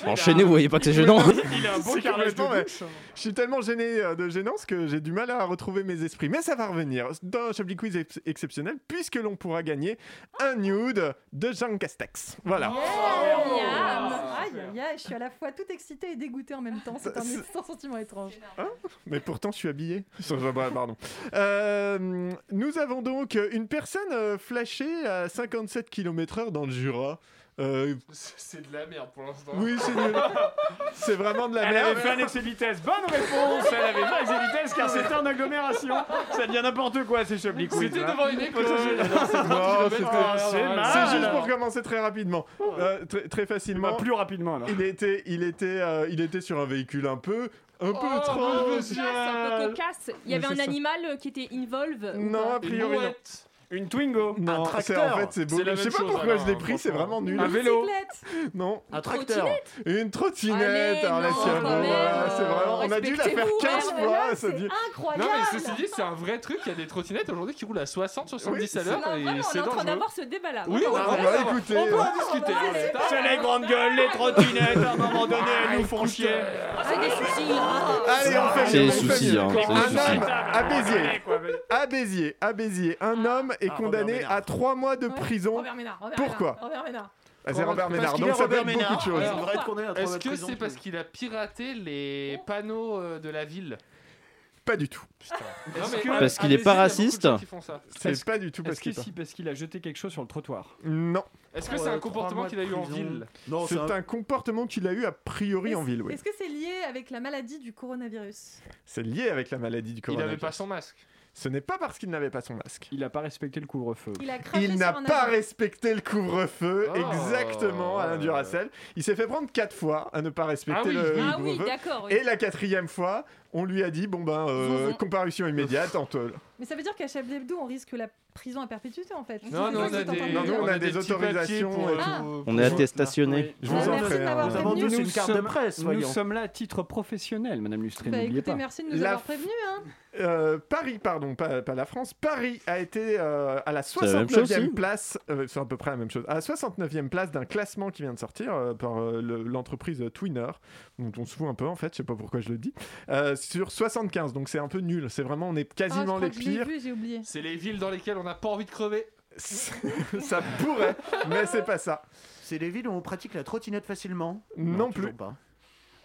S11: Enchaînez, vous voyez pas que c'est gênant.
S10: Il a un beau complètement, mais hein. Je suis tellement gêné euh, de gênance que j'ai du mal à retrouver mes esprits. Mais ça va revenir dans un Chablis Quiz ex- exceptionnel puisque l'on pourra gagner un nude de Jean Castex. Voilà.
S2: Miam.
S10: Oh.
S2: Aïe, aïe, aïe, je suis à la fois toute excitée et dégoûtée en même temps. C'est un, c'est un sentiment étrange.
S10: Hein Mais pourtant, je suis habillé. Pardon. Euh, nous avons donc une personne euh, flashée à 57 km/h dans le Jura. Euh,
S1: C'est de la merde pour l'instant.
S10: Oui, c'est nul. C'est vraiment de la
S12: Elle
S10: merde.
S12: avait fait un excès de vitesse. Bonne réponse. Elle avait pas excès de vitesse car c'était en agglomération. Ça devient n'importe quoi ces Chablis Quiz.
S10: C'était
S12: là.
S10: devant une école.
S12: Non, c'est
S10: Non,
S12: trente kilomètres
S10: c'était-
S12: par heure.
S10: C'est juste pour commencer très rapidement. Euh, très, très facilement.
S12: Bah, plus rapidement, alors.
S10: Il était, il, était, euh, il était sur un véhicule un peu. Un peu
S3: Oh,
S10: trop
S3: cocasse, un peu cocasse. Il y avait
S10: Mais
S3: un
S10: c'est ça.
S3: animal euh, qui était involve. ou
S10: Non,
S3: pas
S10: a priori. non.
S12: Une Twingo.
S10: Non, c'est en fait c'est beau.
S12: C'est la
S10: Je sais
S12: même
S10: pas
S12: chose,
S10: pourquoi
S12: alors,
S10: je l'ai pris, c'est vraiment nul.
S12: Un vélo.
S10: Non.
S12: Un tracteur.
S10: Une
S12: Allez,
S10: trottinette. Alors là,
S12: non,
S10: c'est
S12: quand
S10: vraiment-
S12: même,
S10: voilà, c'est vraiment. On a dû la faire
S1: Respectez-vous,
S10: 15
S1: mais
S10: fois.
S1: là,
S10: ça dit-
S1: Non, mais ceci dit, c'est un vrai truc. Il y a des trottinettes aujourd'hui qui roulent à 60, 70 à
S10: Oui,
S1: l'heure.
S10: c'est- Non,
S1: et
S10: vraiment, on est
S3: On est
S1: c'est
S3: en train
S1: dangereux.
S3: d'avoir ce débat là.
S1: Oui, on va écouter. On peut en discuter.
S12: Ah, C'est les grandes gueules, les trottinettes. À un moment donné, elles nous font chier.
S3: C'est des soucis. hein.
S10: Allez, on fait
S11: C'est
S10: mieux,
S11: les
S10: on fait
S11: soucis,
S10: mieux.
S11: hein, c'est les
S10: Un
S11: soucis.
S10: homme à Béziers. À Béziers, à Béziers, un
S16: Ah,
S10: homme est condamné à 3 mois de prison.
S16: Robert Ménard. Robert
S10: Pourquoi
S16: Ménard, Robert Ménard.
S10: Ah, C'est Robert
S1: Parce
S10: Ménard,
S1: qu'il
S10: donc
S1: est
S10: ça peut
S1: Robert
S10: être beaucoup de
S1: Ménard.
S10: choses.
S1: Alors, Est-ce que c'est parce qu'il a piraté les panneaux euh, de la ville
S10: Pas du tout.
S1: Non, mais-
S11: Parce qu'il est pas raciste
S10: C'est pas du tout parce
S12: Est-ce que
S10: qu'il est
S12: si parce qu'il a jeté quelque chose sur le trottoir
S10: Non.
S1: Est-ce que c'est un comportement qu'il a eu en ville
S10: C'est un comportement qu'il a eu a priori en ville, oui.
S2: Est-ce que c'est lié avec la maladie du coronavirus
S10: C'est lié avec la maladie du
S1: Il
S10: coronavirus.
S1: n'avait pas son masque.
S10: Ce n'est pas parce qu'il n'avait pas son masque.
S12: Il n'a pas respecté le couvre-feu.
S2: Il a craché
S10: Il
S2: sur
S10: n'a
S2: un
S10: pas
S2: avion.
S10: respecté le couvre-feu,
S12: Oh.
S10: exactement, Alain Duracel. Il s'est fait prendre quatre fois à ne pas respecter
S12: Ah oui.
S10: le
S12: Ah oui,
S10: couvre-feu.
S2: d'accord, oui.
S10: Et la quatrième fois, on lui a dit bon ben, euh,
S2: Zonzon.
S10: comparution immédiate en tôle.
S2: Mais ça veut dire qu'à Chablis Hebdo, on risque la prison à perpétuité en fait.
S1: Non, non, on a des,
S10: Non, nous, on a des
S1: petits
S10: autorisations, euh,
S1: papiers pour-
S2: Ah.
S1: pour-
S11: On est attestationné.
S10: Je vous en prie. hein.
S12: Nous sommes- Nous
S10: voyons.
S12: sommes là à titre professionnel, Madame Lustré.
S2: Bah
S12: n'oubliez
S2: écoutez,
S12: pas.
S2: merci de nous
S10: La
S2: avoir prévenus. Hein.
S10: Euh, Paris, pardon, pas, pas la France. Paris a été euh, à la
S11: C'est la même chose,
S10: 69e
S11: si.
S10: place, euh, c'est à peu près la même chose, à la 69e place d'un classement qui vient de sortir euh, par euh, le- l'entreprise Twinner, dont on se fout un peu en fait, je sais pas pourquoi je le dis, euh, sur 75, donc c'est un peu nul, c'est vraiment, on est quasiment
S1: Oh,
S10: les pires. Euh,
S2: j'ai oublié.
S1: C'est les villes dans lesquelles on n'a pas envie de crever.
S10: ça pourrait, mais c'est pas ça.
S4: C'est les villes où on pratique la trottinette facilement
S10: Non, plus.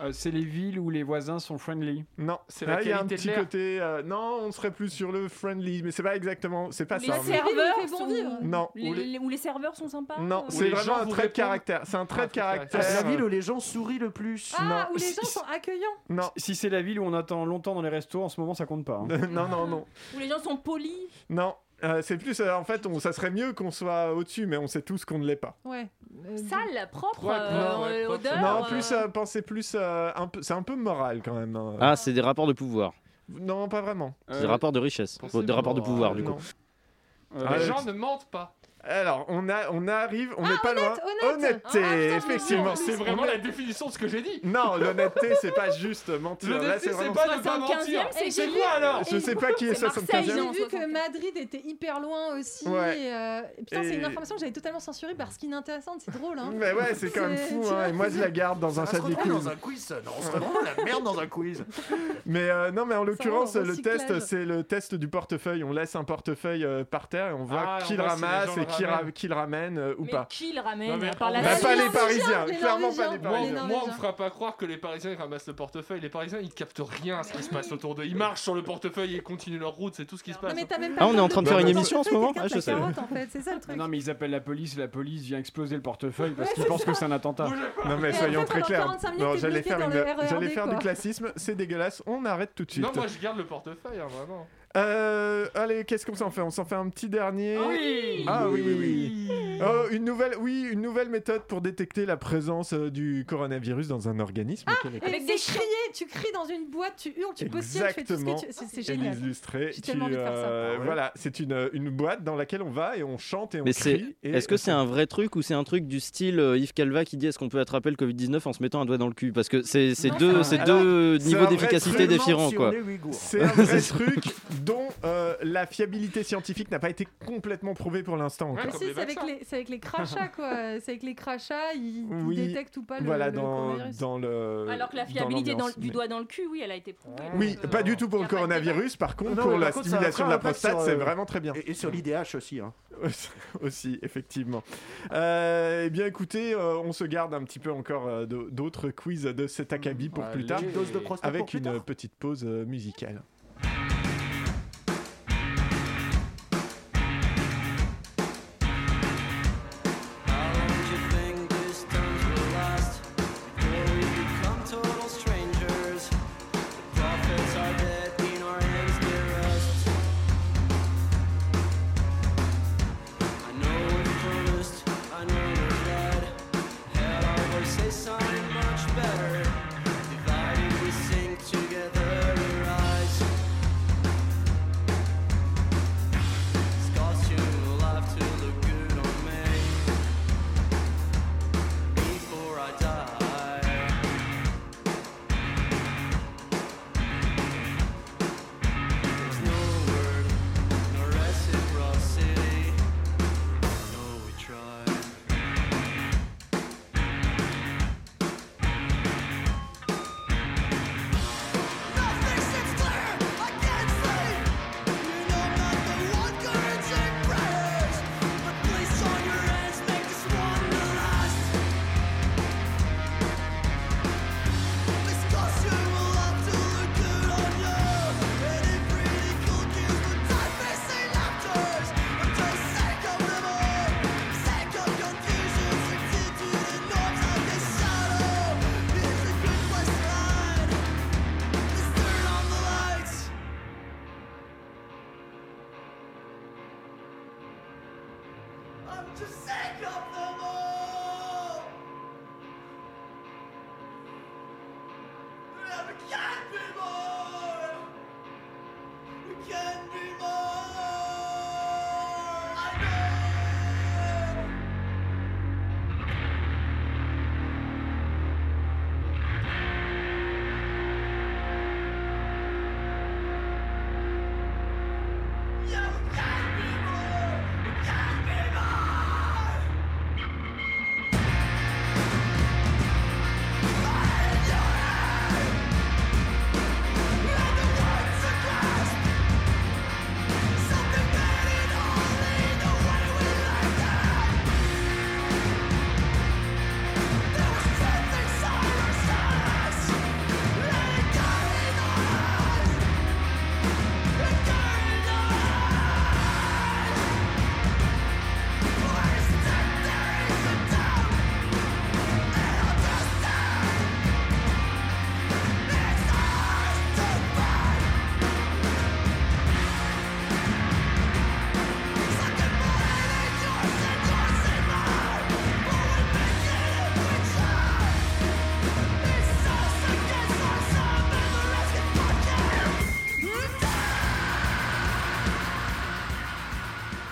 S12: Euh, c'est les villes où les voisins sont friendly.
S10: Non,
S12: c'est
S10: Là, il y a un petit côté, euh, non, on serait plus sur le friendly, mais c'est pas exactement, c'est pas
S3: Les
S10: ça. hein. mais-
S3: serveurs
S2: fait bon
S3: sont-
S2: vivre.
S10: Non.
S3: Les- les- Ou les serveurs sont sympas.
S10: Non,
S3: euh,
S10: c'est vraiment un trait de caractère. C'est un trait de caractère.
S4: Ah, C'est la ville où les gens sourient le plus.
S2: Ah, où les gens sont accueillants.
S10: Non.
S12: Si c'est la ville où on attend longtemps dans les restos, en ce moment, ça compte pas. hein.
S10: non, non, non.
S3: Où les gens sont polis.
S10: Non, euh, c'est plus. euh, en fait, on- ça serait mieux qu'on soit au-dessus, mais on sait tous qu'on ne l'est pas.
S2: Ouais.
S3: Sale, propre,
S10: Ouais,
S3: euh,
S10: ouais, ouais,
S3: odeur.
S10: non,
S3: euh,
S10: plus, euh, pensez plus. euh, un peu- c'est un peu moral quand même. hein.
S11: Ah, c'est des rapports de pouvoir.
S10: Non, pas vraiment.
S12: Euh,
S11: C'est des rapports de richesse. Des rapports de pouvoir, du
S10: non.
S11: coup.
S1: Les
S10: Ah,
S1: gens ne
S10: euh,
S1: mentent pas.
S10: Alors, on, a, on arrive, on n'est pas loin.
S1: honnête. Ah,
S10: Honnêteté, effectivement.
S1: C'est vraiment
S10: On
S1: la
S10: est-
S1: définition de ce que j'ai dit.
S10: Non, l'honnêteté, c'est pas juste mentir. Là,
S1: L'honnêteté, c'est
S10: vraiment-
S1: pas ne pas mentir.
S2: 75e, c'est
S1: C'est
S2: Gilles.
S1: quoi alors
S10: Je sais pas qui est
S2: C'est Marseille,
S10: 75e.
S2: J'ai vu que Madrid était hyper loin aussi.
S10: Ouais.
S2: Et, euh, et putain, c'est
S10: Et-
S2: une information que j'avais totalement censurée parce qu'inintéressante. C'est drôle. Hein.
S10: Mais ouais, c'est quand même fou. hein, Et moi, je la garde dans un
S4: On se
S10: chat de
S4: retrouve dans un quiz. ça. Non, on se retrouve dans la merde dans un quiz.
S10: Mais euh, non, mais en l'occurrence,
S4: va, le
S10: le
S4: recyclage.
S10: test, c'est le test du portefeuille. On laisse un portefeuille euh, par terre et on voit
S1: Ah,
S10: qui
S1: on
S10: le
S1: voit si les
S10: ramasse
S1: gens le
S10: et qui, ra-
S1: ramènent.
S10: qui le ramène euh, ou
S3: Mais
S10: pas.
S3: qui le ramène
S1: mais
S3: à part la
S10: Bah,
S3: ville
S10: pas les Parisiens, clairement pas les
S1: Moi, on-
S10: Parisiens.
S1: moi, on me fera pas croire que les Parisiens ils ramassent le portefeuille. Les Parisiens ils captent rien à ce qui se passe autour d'eux. Ils marchent sur le portefeuille et ils continuent leur route. C'est tout ce qui se passe.
S2: mais t'as même
S11: Ah, on est en train de faire
S10: Bah,
S11: une émission en ce moment Ah, je sais.
S2: Carotte, en fait, c'est ça le truc.
S12: Ah, Non, mais ils appellent la police, la police vient exploser le portefeuille parce qu'ils pensent que c'est un attentat.
S10: Non, mais
S12: Et
S10: soyons
S12: après,
S10: très
S12: pendant
S10: clairs.
S12: 45 minutes,
S10: Non,
S12: t'es
S10: J'allais
S12: bloqué
S10: faire,
S12: dans
S10: une-
S12: le RERD,
S10: j'allais faire du
S12: quoi.
S10: classisme, c'est dégueulasse. On arrête tout de suite.
S1: Non, moi je garde le portefeuille, hein, vraiment.
S10: Euh, allez, qu'est-ce qu'on s'en fait On s'en fait un petit dernier.
S1: Oui
S10: Ah oui, oui, oui. Oh, une nouvelle, oui, une nouvelle méthode pour détecter la présence euh, du coronavirus dans un organisme. Quel est-
S2: Et Ah, c'est crier, tu cries dans une boîte, tu hurles, tu postillonnes, tu fais tout ce
S10: Exactement.
S2: que tu. C'est c'est génial.
S10: Élise Lustré,
S2: J'ai
S10: qui,
S2: tellement envie de faire ça.
S10: euh,
S2: Ah ouais.
S10: Voilà, c'est une, une boîte dans laquelle on va et on chante et on
S11: Mais
S10: crie.
S11: c'est.
S10: et
S11: Est-ce
S10: on
S11: que c'est un vrai truc ou c'est un truc du style euh, Yves Calva qui dit est-ce qu'on peut attraper le Covid-19 en se mettant un doigt dans le cul Parce que c'est c'est
S10: Non, c'est un
S11: deux, c'est
S10: vrai-
S11: deux
S10: Alors, c'est
S11: niveaux
S10: un vrai
S11: d'efficacité
S10: truc-
S11: différents,
S10: si on
S11: quoi.
S10: est Ouïghour. C'est un vrai truc dont euh, la fiabilité scientifique n'a pas été complètement prouvée pour l'instant
S2: Mais
S10: encore.
S2: si, c'est avec, les- c'est avec les crachats, quoi. C'est avec les crachats, ils ils
S10: Oui,
S2: détectent ou pas le,
S10: voilà,
S2: le
S10: dans,
S2: coronavirus.
S10: dans le.
S3: Alors que la fiabilité
S10: dans
S3: dans-
S10: l'ambiance,
S3: du
S10: mais-
S3: doigt Euh, dans le cul, oui, elle a été prouvée.
S10: Oui, pas du tout pour le coronavirus, par contre,
S4: Non,
S10: pour
S4: mais
S10: la
S4: par contre, ça a
S10: stimulation de la
S4: un impact
S10: prostate,
S4: sur,
S10: c'est
S4: euh,
S10: vraiment très bien.
S4: Et, et sur l'IDH aussi. Hein.
S10: aussi, effectivement. Euh, eh bien, écoutez, euh, on se garde un petit peu encore euh, de- d'autres quiz de cet acabit pour plus
S4: Allez.
S10: tard,
S4: Petite dose de prostate
S10: avec
S4: pour plus
S10: une
S4: tard.
S10: petite pause euh, musicale.
S15: Don't you think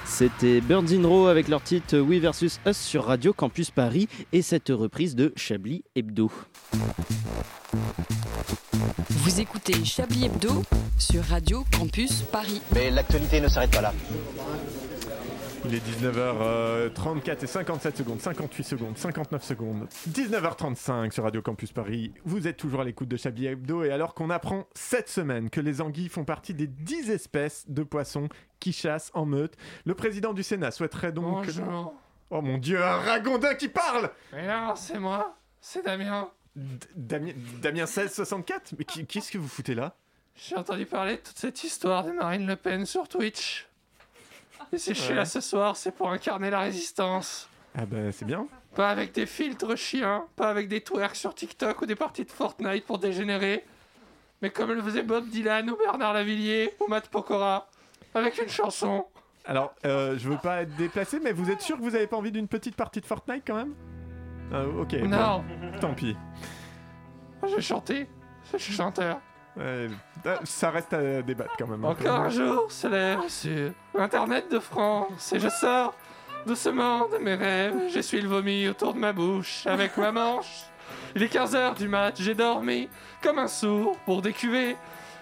S11: C'était Burns in Row avec leur titre We versus Us sur Radio Campus Paris et cette reprise de Chablis Hebdo.
S9: Vous écoutez Chablis Hebdo sur Radio Campus Paris.
S7: Mais l'actualité ne s'arrête pas là.
S4: Ah,
S10: Il est 19h34 et 57 secondes, 58 secondes, 59 secondes, 19h35 sur Radio Campus Paris. Vous êtes toujours à l'écoute de Chablis Hebdo et alors qu'on apprend cette semaine que les anguilles font partie des 10 espèces de poissons qui chassent en meute, le président du Sénat souhaiterait donc...
S1: Bonjour.
S10: Oh mon dieu, un ragondin qui parle
S1: Mais non, c'est moi, c'est Damien.
S10: D- Damien, Damien 1664 Mais qui- qu'est-ce que vous foutez là
S1: J'ai entendu parler de toute cette histoire de Marine Le Pen sur Twitch. Et si je suis
S10: Ouais.
S1: là ce soir, c'est pour incarner la résistance.
S10: Ah bah c'est bien.
S1: Pas avec des filtres chiens, pas avec des twerks sur TikTok ou des parties de Fortnite pour dégénérer, mais comme le faisait Bob Dylan ou Bernard Lavillier ou Matt Pokora, avec une chanson.
S10: Alors, euh, je veux pas être déplacé, mais vous êtes sûr que vous avez pas envie d'une petite partie de Fortnite quand même Ah, Ok. bon,
S1: Non.
S10: tant pis.
S1: Je vais chanter, je suis chanteur.
S10: Ouais, euh, ça reste à débattre quand même. hein.
S1: Encore un jour se lève sur Internet de France et je sors de ce monde de mes rêves. J'essuie le vomi autour de ma bouche avec ma manche. Il est 15h du match, j'ai dormi comme un sourd pour décuver.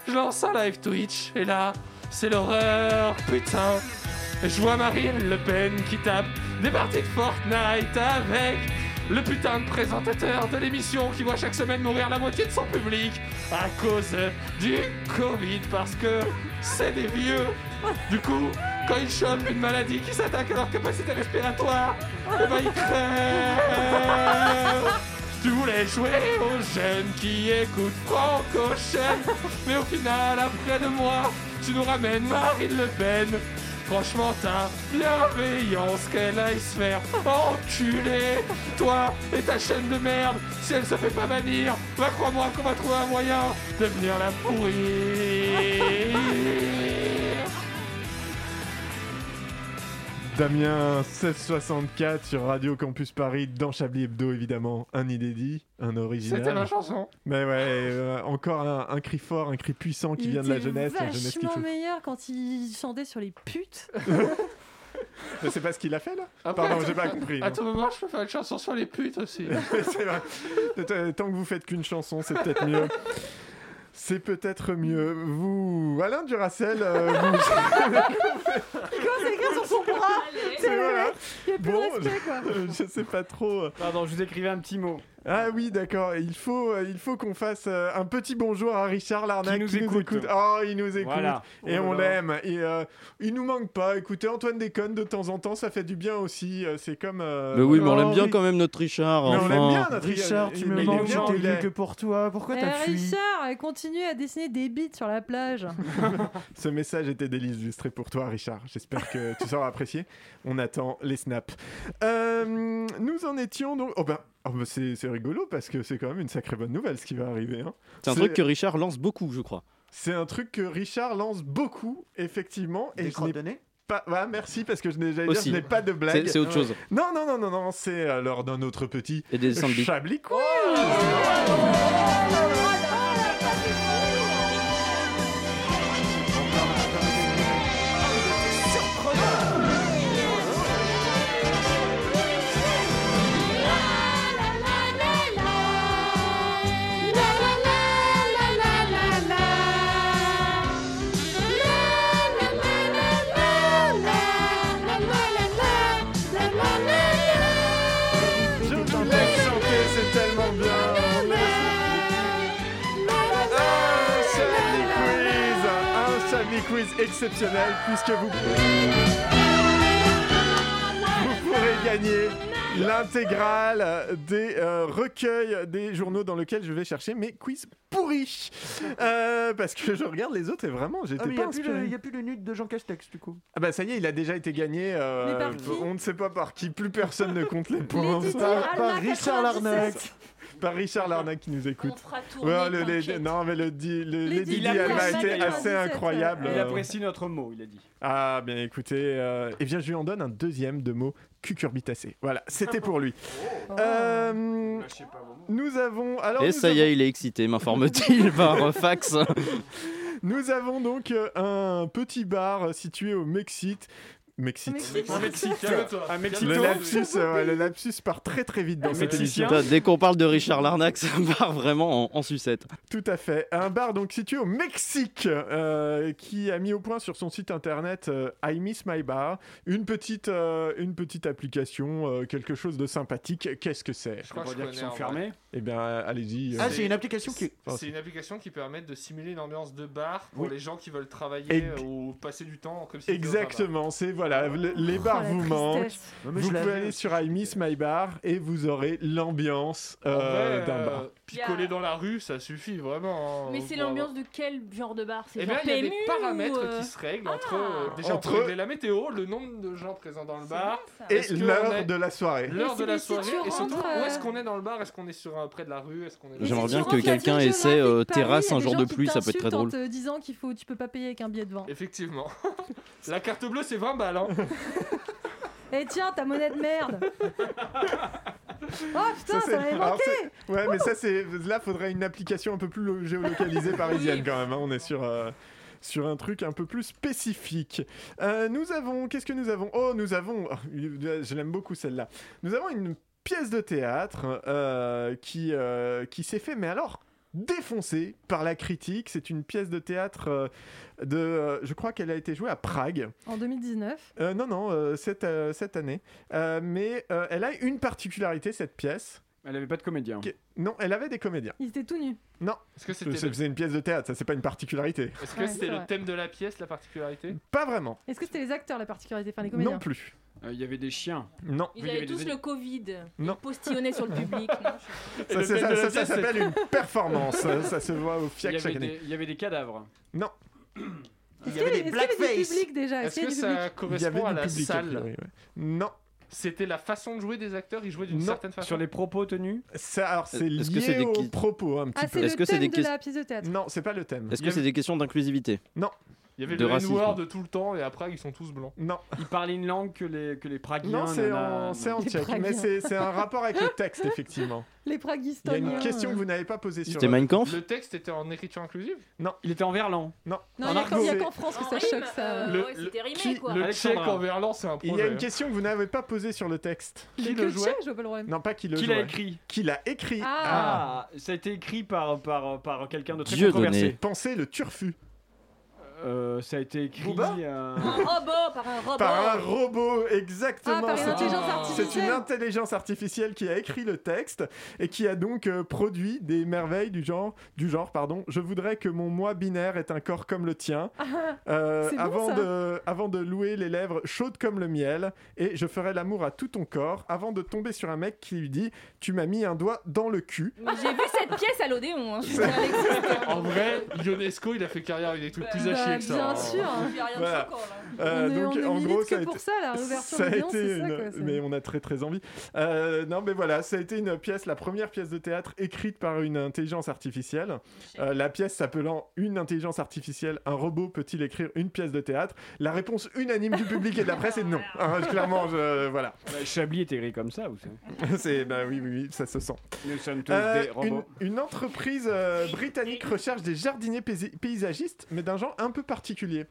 S1: Je lance un live Twitch et là, c'est l'horreur, putain. Et Je vois Marine Le Pen qui tape des parties de Fortnite avec le putain de présentateur de l'émission qui voit chaque semaine mourir la moitié de son public à cause du Covid parce que c'est des vieux. Du coup, quand ils chopent une maladie qui s'attaque à leur capacité respiratoire, eh ben ils crèvent. Tu voulais jouer aux jeunes qui écoutent Franco Chen, mais au final, après de moi, tu nous ramènes Marine Le Pen. Franchement, ta bienveillance qu'elle aille se faire enculer. Toi et ta chaîne de merde, si elle se fait pas bannir, bah crois-moi qu'on va trouver un moyen de venir la pourrir.
S10: Damien 1664 sur Radio Campus Paris, dans Chablis Hebdo évidemment, un inédit, un original.
S1: C'était ma chanson.
S10: Mais ouais, euh, encore un, un cri fort, un cri puissant qui
S2: Il
S10: vient de la
S2: était
S10: jeunesse, la jeunesse qui
S2: vachement
S10: chauffe.
S2: meilleur quand il chantait sur les putes.
S10: Mais C'est pas ce qu'il a fait là
S1: Après,
S10: Pardon,
S1: à
S10: j'ai
S1: tout-
S10: pas compris. hein.
S1: À
S10: non.
S1: tout moment, je peux faire une chanson sur les putes aussi.
S10: c'est vrai. Tant- Tant que vous faites qu'une chanson, c'est peut-être mieux. C'est peut-être mieux. Vous, Alain Duracel, euh, vous-
S2: Quand c'est écrit sur son bras, c'est le
S10: voilà.
S2: mec, il y a plus de
S10: Bon,
S2: respect quoi.
S10: je sais pas trop.
S12: Pardon, je vous écrivais un petit mot.
S10: Ah oui, d'accord. Il faut, euh, il faut qu'on fasse euh, un petit bonjour à Richard Larnac
S12: Qui nous écoute.
S10: Oh, il nous écoute
S12: Voilà.
S10: et
S12: Oh
S10: on
S12: là là.
S10: l'aime. Et euh, il nous manque pas. Écoutez, Antoine déconne de temps en temps, ça fait du bien aussi. Euh, C'est comme. euh,
S11: Mais oui, mais on
S10: oh,
S11: l'aime bien
S10: Ri-
S11: quand même notre Richard.
S10: Mais on l'aime
S11: enfin.
S10: bien, notre
S17: Richard, tu
S10: il- il
S17: me
S10: est
S17: manques,
S10: bien,
S17: j'étais
S10: il est-
S17: venu que pour toi. Pourquoi
S2: Eh,
S17: t'as fui
S2: Richard, elle continue à dessiner des bites sur la plage.
S10: Ce message était délistré pour toi, Richard. J'espère que tu sauras apprécier. On attend les snaps. Euh, nous en étions donc. Oh ben, oh ben c'est c'est rigolo parce que c'est quand même une sacrée bonne nouvelle ce qui va arriver. hein.
S11: C'est un truc que Richard lance beaucoup, je crois.
S10: C'est un truc que Richard lance beaucoup, effectivement. Et je n'ai pas. Ouais, merci parce que je n'ai j'allais dire,
S11: Aussi.
S10: je n'ai pas de blague.
S11: C'est- c'est autre chose.
S10: Non, non, non, non, non. C'est euh, l'heure d'un autre petit.
S11: Et des dessins de bites.
S10: Chablis quiz. Je t'entends chanter, c'est tellement bien. Un Chablis quiz, un Chablis quiz exceptionnel puisque vous vous pourrez gagner l'intégrale des euh, recueils des journaux dans lesquels je vais chercher mes quiz pourris Euh, parce que je regarde les autres et vraiment j'étais
S17: Ah, mais
S10: pas inspiré.
S17: il n'y a plus le nude de Jean Castex, du coup.
S10: Ah bah ça y est, il a déjà été gagné. euh,
S17: Mais par qui
S10: on ne sait pas par qui. Plus personne ne compte les points.
S17: Lady Di, Par- par Anna Richard 97. Larnac.
S10: Par Richard Larnac qui nous écoute.
S12: fera tourner,
S10: le- le-
S12: t'inquiète.
S10: non mais le, di- le Lady Di,
S12: a
S10: elle a été assez incroyable.
S12: Il
S10: euh.
S12: apprécie notre mot, il a dit.
S10: Ah bien écoutez, euh, eh bien je lui en donne un deuxième de mot cucurbitacé. Voilà,
S12: Ah
S10: c'était pour lui.
S12: Oh.
S10: Euh, nous avons alors.
S11: et Eh,
S10: nous
S11: ça y est, il est excité, m'informe-t-il par euh, fax.
S10: Nous avons donc euh, un petit bar euh, situé au Mexique. Mexique.
S1: Mexique. Un Mexique, calme-toi. Un Mexico.
S10: Le lapsus, euh, ouais, le lapsus part très très vite
S9: Ah,
S10: dans cette émission.
S11: Putain, dès qu'on parle de Richard Larnac, ça part vraiment en, en sucette.
S10: Tout à fait. Un bar donc situé au Mexique euh, qui a mis au point sur son site internet euh, I Miss My Bar une petite, euh, une petite application, euh, quelque chose de sympathique. Qu'est-ce que c'est
S1: crois que je connais, en vrai.
S10: Eh bien, euh, allez-y.
S3: Ah,
S1: Ah,
S10: euh,
S1: C'est une application qui permet de simuler une ambiance de bar pour
S10: Oui.
S1: les gens qui veulent travailler
S10: Ex-
S1: euh, ou passer du temps comme si
S10: Exactement, c'est voilà, le- les
S1: Oh,
S10: bars
S1: la
S10: vous
S1: tristesse.
S10: manquent.
S1: Non, mais je
S10: Vous pouvez
S1: l'avais
S10: aller sur I Miss My Bar et vous aurez l'ambiance euh, d'un bar.
S1: Picoler dans la rue, ça suffit vraiment. hein,
S3: Mais c'est
S1: pour avoir-
S3: l'ambiance de quel genre de bar C'est
S1: Eh
S3: genre
S1: bien, il y a des
S3: PMU
S1: paramètres
S3: ou, euh,
S1: qui se règlent entre euh, déjà
S10: Entre-
S1: entre la météo, le nombre de gens présents dans le bar
S10: Et
S1: est-ce qu'on
S10: l'heure
S1: est-
S10: de la soirée.
S1: L'heure de la soirée et surtout
S2: rentres, euh,
S1: où est-ce qu'on est dans le bar Est-ce qu'on est sur un- près de la rue Est-ce qu'on est
S11: J'aimerais
S2: Si tu
S11: bien
S2: rentres
S11: que
S2: à la
S11: quelqu'un
S2: Ville
S11: essaie,
S2: Géographique
S11: euh,
S2: de Paris,
S11: terrasse
S2: il y a
S11: un
S2: des
S11: jour
S2: gens
S11: de
S2: qui
S11: pluie, ça peut être très
S2: t'insultent
S11: drôle.
S2: En te disant qu'il faut, tu peux pas payer avec un billet de vin.
S1: Effectivement. la carte bleue c'est 20 balles. hein.
S2: Eh tiens, ta monnaie de merde. oh putain, ça,
S10: c'est-
S2: m'avait
S10: alors,
S2: manqué.
S10: c'est- Ouais, mais ça, c'est. Là, faudrait une application un peu plus lo- géolocalisée parisienne, quand même. hein. On est sur. euh, Sur un truc un peu plus spécifique. Euh, nous avons. Qu'est-ce que nous avons Oh, nous avons. Je l'aime beaucoup celle-là. Nous avons une pièce de théâtre euh, qui, euh, qui s'est fait, mais alors défoncée par la critique. C'est une pièce de théâtre euh, de. euh, je crois qu'elle a été jouée à Prague.
S2: En 2019.
S10: Euh, non, non, euh, cette, euh, cette année. Euh, mais euh, elle a une particularité, cette pièce.
S12: Elle n'avait pas de comédien.
S10: Non, elle avait des comédiens.
S2: Ils étaient tout nus.
S10: Non.
S1: Est-ce que
S10: c'était
S1: c'était le-
S10: une pièce de théâtre, ça c'est pas une particularité.
S1: Est-ce que c'était le thème de la pièce, la particularité
S10: Pas vraiment.
S2: Est-ce que c'était les acteurs la particularité Enfin, les comédiens
S10: Non plus.
S1: Euh,
S12: Il y avait des chiens.
S10: Non.
S3: Ils avaient tous le Covid.
S10: Non.
S3: Ils postillonnaient sur le public. non, je sais pas.
S10: Ça,
S12: le
S10: c'est-
S12: thème
S10: ça-
S12: de la
S10: ça- ça
S12: pièce, c'est-
S10: s'appelle une performance. ça, ça se voit au
S12: Il y
S10: FIAC
S12: avait
S10: chaque année.
S12: des- il y avait des cadavres.
S10: Non.
S2: Est-ce qu'il y avait- est-ce qu'il y avait du public déjà Est-ce
S1: Est-ce
S2: qu'il y
S1: que
S2: avait du
S1: ça
S2: public
S10: Il y
S1: correspond
S10: avait
S1: à
S10: du
S1: la
S10: public, a
S1: salle
S10: priori, ouais. Non.
S1: C'était la façon de jouer des acteurs, ils jouaient d'une
S10: Non.
S1: certaine façon.
S10: Sur les
S12: propos tenus
S10: Ça, alors c'est lié
S11: Est-ce que c'est des
S10: aux
S11: qui-
S10: propos un petit
S2: Ah,
S10: peu.
S2: c'est le
S11: Est-ce que c'est
S2: thème
S11: des
S2: de
S11: questions-
S2: la pièce de théâtre.
S10: Non, c'est pas le thème.
S11: Est-ce
S1: Il y
S11: que c'est des questions d'inclusivité
S10: Non.
S1: Il y avait
S11: de
S1: le
S11: racisme.
S1: N-word tout le temps et après ils sont tous blancs.
S10: Non.
S12: Ils parlaient une langue que les, que les praguiens.
S10: Non, c'est
S12: nanana,
S10: en, c'est en
S12: nanana.
S10: tchèque, mais c'est c'est un rapport avec le texte, effectivement.
S2: Les hein.
S10: Il y a
S2: praguistoniens.
S10: une question que vous n'avez pas posée sur.
S11: C'était Mein Kampf
S1: Le texte était en écriture inclusive
S10: Non.
S12: Il était en verlan.
S10: Non.
S2: Non, il y a qu'en- il y a qu'en France que ça choque ça.
S1: Le-
S3: ouais, c'était rimé,
S1: qui-
S3: quoi.
S1: Le tchèque
S12: Alexandra.
S1: en verlan, c'est un
S10: Il
S1: projet.
S10: y a une question que vous n'avez pas posée sur le texte.
S2: Le
S1: Qui
S2: que
S1: le
S2: le
S1: jouait
S2: chien, je vois pas le problème.
S10: Non, pas qui le
S12: Qui l'a
S10: jouait.
S12: écrit
S10: Qui l'a écrit Ah.
S12: Ah, ça a été écrit par, par, par quelqu'un de très
S11: Dieu
S12: controversé.
S11: donné.
S10: Pensez le turfu.
S12: Euh, ça a été écrit.
S10: Booba
S12: euh,
S3: Un robot par un robot.
S10: Par un robot, exactement.
S2: Ah, par une
S10: C'est-
S2: intelligence
S10: C'est une
S2: artificielle.
S10: intelligence artificielle qui a écrit le texte et qui a donc euh, produit des merveilles du genre, du genre pardon. Je voudrais que mon moi binaire ait un corps comme le tien. Euh,
S2: C'est bon,
S10: avant,
S2: ça.
S10: de, avant de louer les lèvres chaudes comme le miel et je ferai l'amour à tout ton corps avant de tomber sur un mec qui lui dit tu m'as mis un doigt dans le cul.
S3: Mais J'ai vu cette pièce à l'Odéon. hein, je suis Alexis.
S1: En vrai, Ionesco, il a fait carrière avec des trucs plus à
S2: Bah,
S1: chier que ça.
S2: bien
S1: hein.
S2: sûr.
S3: Je suis rien de
S10: Voilà.
S3: choquant, là.
S10: Euh,
S2: On est-
S10: donc,
S2: on est
S10: en
S2: minutes
S10: gros,
S2: que
S10: ça a
S2: pour
S10: été-
S2: ça, la réouverture
S10: ça a
S2: d'audience,
S10: été
S2: c'est ça,
S10: une-
S2: quoi, c'est-
S10: Mais on a très très envie. Euh, non, mais voilà, ça a été une pièce, la première pièce de théâtre écrite par une intelligence artificielle. Euh, la pièce s'appelant Une intelligence artificielle, un robot peut-il écrire une pièce de théâtre La réponse unanime du public et de la presse est non.
S3: Ah,
S10: Hein, clairement, je- voilà.
S12: bah, Chablis est écrit comme ça, vous savez.
S10: C'est bah oui, oui, oui, ça se sent.
S12: Nous sommes tous
S10: Euh,
S12: des
S10: une,
S12: robots.
S10: une entreprise euh, britannique recherche des jardiniers paisi- paysagistes, mais d'un genre un peu particulier.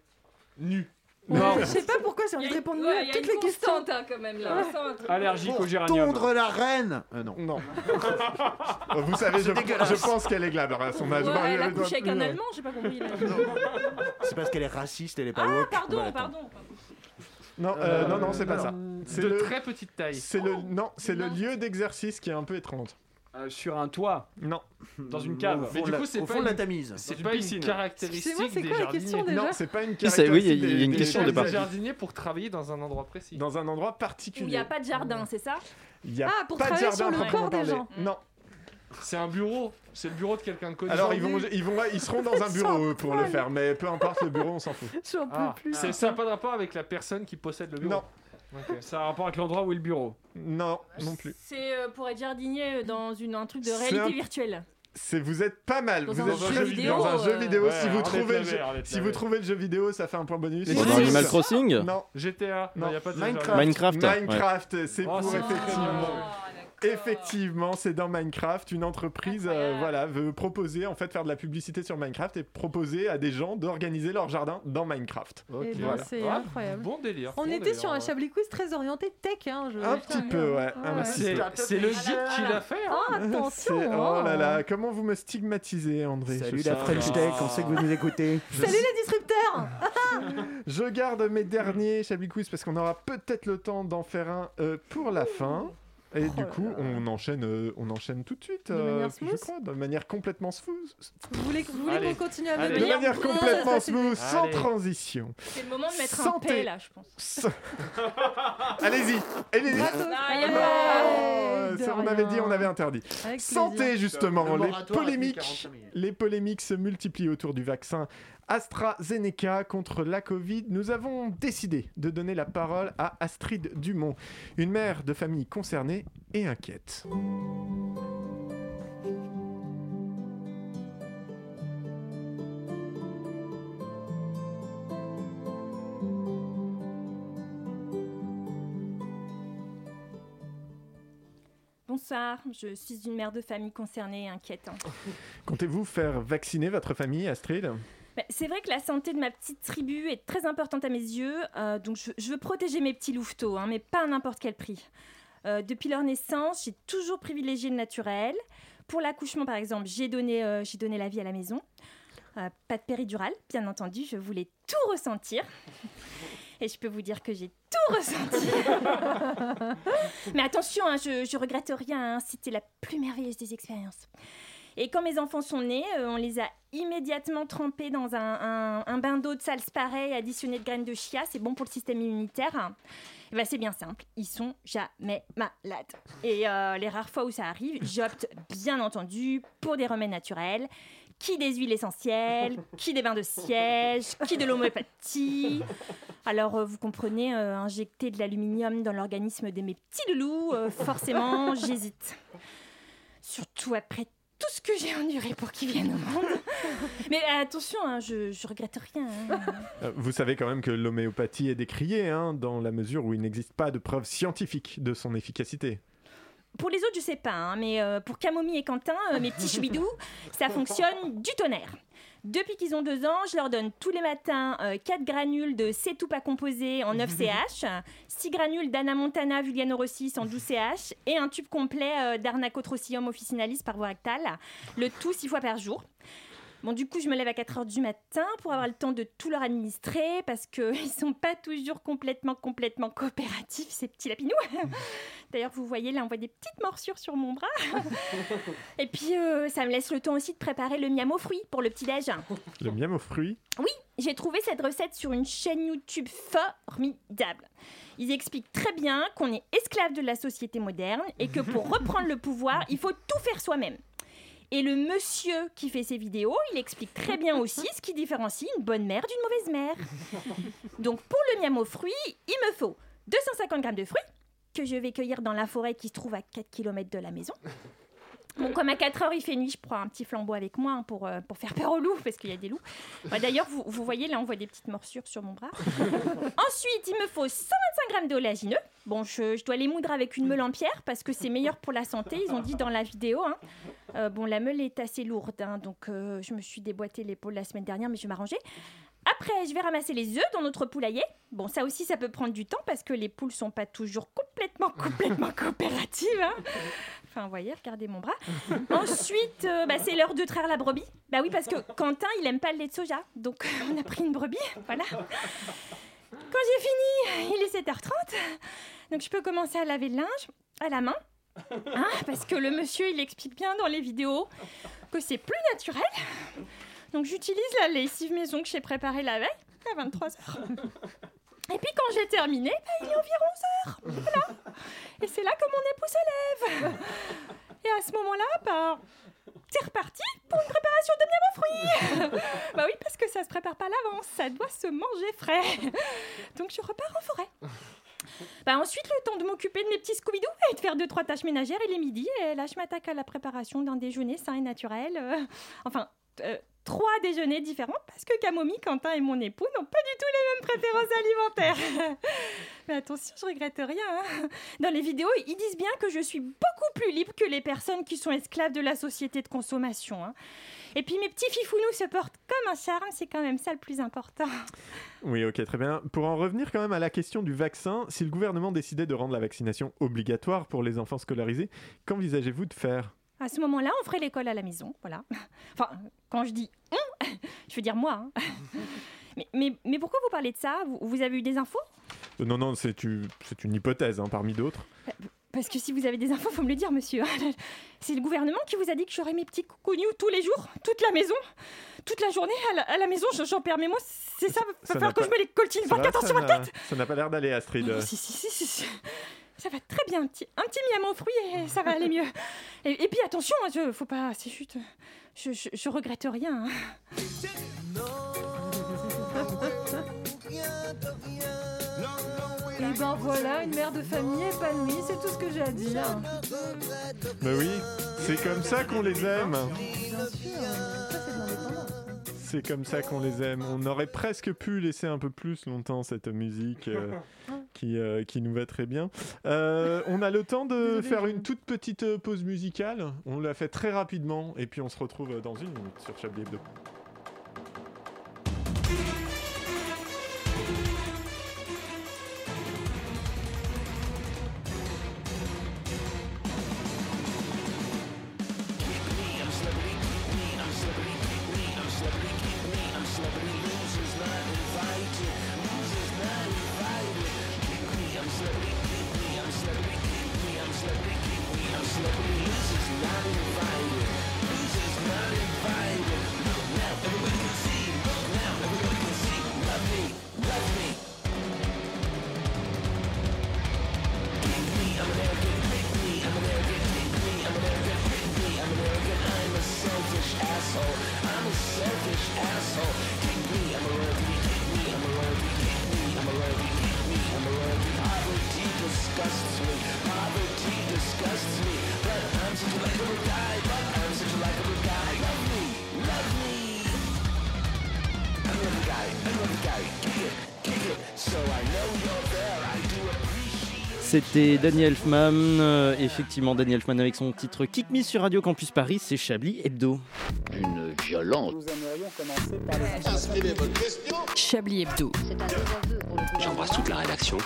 S1: Nu.
S2: Ouais,
S12: Non.
S2: Je sais pas pourquoi j'ai
S3: Il y
S2: envie
S3: a
S2: de
S3: une-
S2: répondre
S3: ouais,
S2: mieux à
S3: il y a
S2: toutes
S3: une
S2: les questions.
S3: constante, hein, quand même, là. On sent un truc.
S12: Allergique au géranium.
S4: Tondre la reine Euh, Non.
S10: Non. Vous savez, je,
S4: C'est dégueulasse.
S10: je pense qu'elle est glabre à son âge.
S3: Ouais,
S10: Bah,
S3: elle a
S10: elle doit
S3: couché avec un
S10: plus-
S3: Allemand, j'ai pas compris. là.
S4: C'est parce qu'elle est raciste, elle est pas
S3: Ah,
S4: woke.
S3: pardon,
S4: Voilà,
S3: pardon.
S10: Non, euh, non, non, c'est pas
S4: non.
S10: ça. C'est
S1: De
S10: le,
S1: très petite taille.
S10: c'est le, Oh, non, c'est le lieu d'exercice qui est un peu étrange.
S12: Euh, sur un toit,
S10: Non,
S12: dans une cave.
S1: Mais
S4: Au
S1: du coup,
S4: fond de la-
S1: c'est
S4: au
S1: pas
S4: fond de la
S1: une-
S4: Tamise.
S1: C'est
S12: une
S1: pas une
S12: piscine.
S1: caractéristique
S2: Excusez-moi,
S1: des
S2: c'est quoi la
S1: jardiniers.
S2: question déjà
S10: non, c'est pas une
S11: Si, c'est-
S10: caractéristique.
S11: oui, il y a- il y a une
S10: des-
S11: question
S10: des
S11: de
S1: Des
S11: base.
S10: jardiniers
S1: jardiniers pour travailler dans un endroit précis.
S10: Dans un endroit
S3: Où il n'y
S10: particulier.
S3: a pas de jardin, c'est ça
S10: Il y a
S2: Ah, pour
S10: pas de
S2: travailler
S10: jardin
S2: sur le
S10: à proprement
S2: corps des
S10: parler.
S2: gens.
S10: Non.
S1: C'est un bureau. C'est le bureau de quelqu'un de connu.
S10: Alors ils vont, ils vont, ils seront dans un bureau eux, pour le faire, mais peu importe le bureau, on s'en fout.
S2: J'en
S1: Ah,
S2: peux plus.
S1: c'est ça n'a pas de rapport avec la personne qui possède le bureau.
S10: Non,
S1: Ok.
S12: Ça a un rapport avec l'endroit où est le bureau.
S10: non, non plus.
S3: C'est euh, pour être jardinier euh, dans une, un truc de
S10: C'est
S3: réalité
S10: un-
S3: virtuelle.
S10: C'est vous êtes pas mal.
S3: Dans
S10: vous
S3: un
S10: êtes
S1: jeu
S10: très-
S1: vidéo,
S10: dans un
S3: euh,
S10: jeu vidéo.
S1: Ouais,
S10: si vous
S1: enlève la
S10: trouvez le
S1: mer,
S10: jeu,
S1: enlève
S10: si
S1: la
S10: vous
S1: mer.
S10: trouvez le jeu vidéo, ça fait un point bonus.
S1: Mais
S11: Dans
S1: si, si,
S11: Animal
S1: ça-
S11: Crossing
S10: Non.
S1: GTA. Non, il
S10: Non.
S1: n'y a pas de
S4: Minecraft.
S1: jardin.
S11: Minecraft
S10: Minecraft, c'est
S1: Oh,
S10: pour
S1: c'est
S10: effectivement.
S3: Oh,
S10: Effectivement, c'est dans Minecraft. Une entreprise euh, voilà, veut proposer, en fait, faire de la publicité sur Minecraft et proposer à des gens d'organiser leur jardin dans Minecraft.
S16: Eh ben,
S10: Voilà.
S16: c'est
S1: Ah,
S16: incroyable.
S1: Bon délire.
S16: On
S1: bon
S16: était
S1: délire,
S16: sur un
S1: ouais.
S16: Chablis Quiz très orienté tech. Hein, je-
S10: Un petit peu, ouais.
S2: Ah,
S10: un
S16: Ouais.
S10: petit
S1: C'est-
S10: peu.
S1: c'est le guide qui l'a fait, hein.
S16: Ah, attention,
S10: C'est- Oh là
S16: hein.
S10: là, comment vous me stigmatisez, André
S17: Salut
S10: je
S17: la
S10: sais.
S17: French Tech, on sait que vous nous écoutez.
S2: Salut les disrupteurs
S10: Je garde mes derniers Chablis Quiz parce qu'on aura peut-être le temps d'en faire un euh, pour la fin. Et
S2: Oh
S10: du coup, on enchaîne, euh, on enchaîne tout de suite, euh,
S2: manière
S10: je crois, de manière complètement smooth.
S2: Vous voulez, vous voulez
S10: Allez.
S2: qu'on continue avec
S10: De manière complètement smooth, sans
S12: Allez.
S10: transition.
S3: C'est le moment de mettre un
S10: Santé.
S3: P là, je pense.
S10: Sans- Allez-y, allez-y. Euh,
S3: de
S10: ça, on avait dit, on avait interdit.
S3: Avec
S10: Santé,
S3: plaisir.
S10: justement,
S12: Le
S10: les
S12: moratoire a tenu
S10: polémiques,
S12: 45 minutes.
S10: les polémiques se multiplient autour du vaccin AstraZeneca contre la Covid. Nous avons décidé de donner la parole à Astrid Dumont, une mère de famille concernée et inquiète.
S3: Bonsoir, je suis une mère de famille concernée et inquiète.
S10: Comptez-vous faire vacciner votre famille, Astrid
S3: Bah, C'est vrai que la santé de ma petite tribu est très importante à mes yeux, euh, donc je, je veux protéger mes petits louveteaux, hein, mais pas à n'importe quel prix. Euh, depuis leur naissance, j'ai toujours privilégié le naturel. Pour l'accouchement, par exemple, j'ai donné, euh, j'ai donné la vie à la maison. Euh, pas de péridurale, bien entendu, je voulais tout ressentir. Et je peux vous dire que j'ai tout ressenti. Mais attention, hein, je, je regrette rien, hein, c'était la plus merveilleuse des expériences. Et quand mes enfants sont nés, euh, on les a immédiatement trempés dans un, un- un bain d'eau de salse pareil, additionné de graines de chia. C'est bon pour le système immunitaire. Et ben, c'est bien simple, ils sont jamais malades. Et euh, les rares fois où ça arrive, j'opte bien entendu pour des remèdes naturels. Qui des huiles essentielles, qui des bains de siège, qui de l'homéopathie. Alors, euh, vous comprenez, euh, injecter de l'aluminium dans l'organisme de mes petits loulous, euh, forcément, j'hésite. Surtout après tout ce que j'ai enduré pour qu'ils viennent au monde. Mais attention, hein, je, je regrette rien. hein.
S10: Euh, Vous savez quand même que l'homéopathie est décriée, hein, dans la mesure où il n'existe pas de preuves scientifiques de son efficacité.
S3: Pour les autres, je sais pas, hein, mais euh, pour Camomille et Quentin, euh, mes petits choubidous, ça fonctionne du tonnerre. Depuis qu'ils ont deux ans, je leur donne tous les matins 4 granules de C-Tout pas composé en 9 CH, 6 granules d'Anna Montana vulganorossis en 12 CH et un tube complet euh, d'Arnacotrosium officinalis par voie rectale, le tout 6 fois par jour. Bon, du coup, je me lève à 4 heures du matin pour avoir le temps de tout leur administrer parce qu'ils sont pas toujours complètement, complètement coopératifs, ces petits lapinous. D'ailleurs, vous voyez, là, on voit des petites morsures sur mon bras. Et puis, euh, ça me laisse le temps aussi de préparer le miam aux fruits pour le petit-déj.
S10: Le miam aux fruits
S3: Oui, j'ai trouvé cette recette sur une chaîne YouTube formidable. Ils expliquent très bien qu'on est esclave de la société moderne et que pour reprendre le pouvoir, il faut tout faire soi-même. Et le monsieur qui fait ses vidéos, il explique très bien aussi ce qui différencie une bonne mère d'une mauvaise mère. Donc pour le miam aux fruits, il me faut 250 grammes de fruits que je vais cueillir dans la forêt qui se trouve à 4 km de la maison. Bon, comme à 4 heures il fait nuit, je prends un petit flambeau avec moi hein, pour, euh, pour faire peur aux loups, parce qu'il y a des loups. Bah, D'ailleurs, vous, vous voyez, là, on voit des petites morsures sur mon bras. Ensuite, il me faut 125 grammes d'oléagineux. Bon, je, je dois les moudre avec une meule en pierre, parce que c'est meilleur pour la santé, ils ont dit dans la vidéo. hein. Euh, bon, la meule est assez lourde, hein, donc euh, je me suis déboîté l'épaule la semaine dernière, mais je vais m'arranger. Après, je vais ramasser les œufs dans notre poulailler. Bon, ça aussi, ça peut prendre du temps parce que les poules sont pas toujours complètement, complètement coopératives. hein. Enfin, vous voyez, regardez mon bras. Ensuite, euh, bah, c'est l'heure de traire la brebis. Bah oui, parce que Quentin, il aime pas le lait de soja. Donc, on a pris une brebis. Voilà. Quand j'ai fini, il est 7h30. Donc, je peux commencer à laver le linge à la main. Hein, parce que le monsieur, il explique bien dans les vidéos que c'est plus naturel. Donc j'utilise la lessive maison que j'ai préparée la veille à 23h. Et puis quand j'ai terminé, bah, il est environ 11h. Voilà. Et c'est là que mon époux se lève. Et à ce moment-là, bah, c'est reparti pour une préparation de miam aux fruits. bah oui, parce que ça se prépare pas à l'avance, ça doit se manger frais. Donc je repars en forêt. Bah ensuite, le temps de m'occuper de mes petits Scooby-Doo et de faire deux, trois tâches ménagères, il est midi. Et là, je m'attaque à la préparation d'un déjeuner sain et naturel. euh, enfin, euh, trois déjeuners différents parce que Camomille, Quentin et mon époux n'ont pas du tout les mêmes préférences alimentaires. Mais attention, je regrette rien. hein. Dans les vidéos, ils disent bien que je suis beaucoup plus libre que les personnes qui sont esclaves de la société de consommation. hein. Et puis mes petits fifounous se portent comme un charme, c'est quand même ça le plus important.
S10: Oui, ok, très bien. Pour en revenir quand même à la question du vaccin, si le gouvernement décidait de rendre la vaccination obligatoire pour les enfants scolarisés, qu'envisagez-vous de faire
S3: À ce moment-là, on ferait l'école à la maison, voilà. Enfin, quand je dis on, je veux dire moi. hein. Mais, mais, mais pourquoi vous parlez de ça vous, vous avez eu des infos
S10: Euh, Non, non, c'est une, c'est une hypothèse hein, parmi d'autres.
S3: Parce que si vous avez des infos, faut me le dire, monsieur. C'est le gouvernement qui vous a dit que j'aurais mes petits coucougnous tous les jours, toute la maison, toute la journée à la, à la maison. je- J'en perds mes mots. C'est ça, va
S10: Ça n'a
S3: falloir que
S10: pas-
S3: je me les coltine
S10: Ça va,
S3: 24 heures
S10: ça
S3: sur
S10: n'a-
S3: 24.
S10: Ça n'a pas l'air d'aller, Astrid.
S3: Ah, Si, si, si, si, si. Ça va très bien, un petit, un petit miam aux fruits et ça va aller mieux. Et, et puis attention, hein, je, faut pas, c'est juste, euh, je, je, je regrette rien. hein.
S2: Et ben voilà, une mère de famille épanouie, c'est tout ce que j'ai à dire.
S10: Bah oui, c'est comme ça qu'on les aime.
S2: Bien sûr, ça c'est de l'indépendance.
S10: C'est comme ça qu'on les aime. On aurait presque pu laisser un peu plus longtemps cette musique euh, qui, euh, qui nous va très bien. Euh, on a le temps de faire une toute petite euh, pause musicale. On l'a fait très rapidement et puis on se retrouve euh, dans une minute sur Chablis Hebdo.
S9: C'était Daniel Elfman, euh, effectivement Daniel Elfman avec son titre Kick Me sur Radio Campus Paris, c'est Chablis Hebdo. Une violence.
S18: Chablis Hebdo.
S6: J'embrasse toute la rédaction.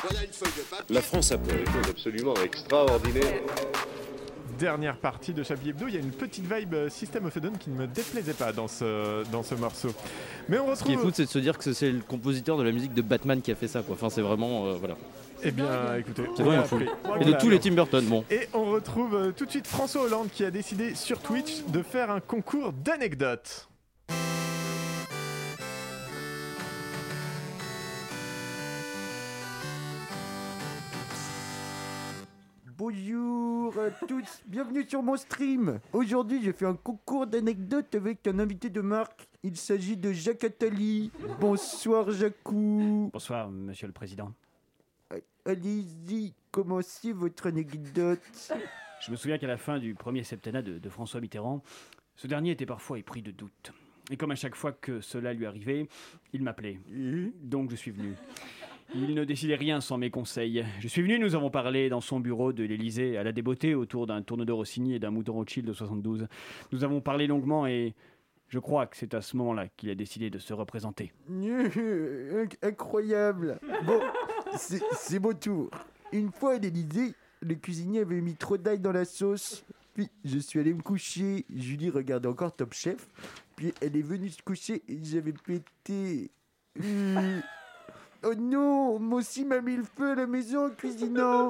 S6: La France a fait des choses absolument extraordinaires.
S10: Dernière partie de Chablis Hebdo, il y a une petite vibe euh, System of a Down qui ne me déplaisait pas dans ce, Euh, dans ce morceau. Mais on
S9: Ce qui est
S10: retrouve...
S9: fou, c'est de se dire que c'est le compositeur de la musique de Batman qui a fait ça, quoi. Enfin, c'est vraiment. euh, voilà.
S10: Eh bien, écoutez,
S9: C'est
S10: on
S9: vraiment
S10: l'a
S9: fou.
S10: appris.
S9: Et de tous les Tim Burton, bon.
S10: Et on retrouve euh, tout de suite François Hollande qui a décidé sur Twitch de faire un concours d'anecdotes.
S4: Bonjour à tous, bienvenue sur mon stream. Aujourd'hui, j'ai fait un concours d'anecdotes avec un invité de marque. Il s'agit de Jacques Attali. Bonsoir, Jacou.
S15: Bonsoir, monsieur le président.
S4: Euh, Allez-y, commencez votre anecdote.
S15: Je me souviens qu'à la fin du premier septennat de, de François Mitterrand, ce dernier était parfois épris de doutes. Et comme à chaque fois que cela lui arrivait, il m'appelait. Donc je suis venu. Il ne décidait rien sans mes conseils. Je suis venu, nous avons parlé dans son bureau de l'Elysée à la débeauté autour d'un tourne de Rossini et d'un mouton Rothschild de 72. Nous avons parlé longuement et je crois que c'est à ce moment-là qu'il a décidé de se représenter.
S4: Inc- Incroyable. Bon, c'est c'est mon tour. Une fois à l'Élysée, le cuisinier avait mis trop d'ail dans la sauce. Puis je suis allé me coucher. Julie regardait encore Top Chef. Puis elle est venue se coucher et j'avais pété. Euh, Oh non, moi aussi m'a mis le feu à la maison en cuisinant.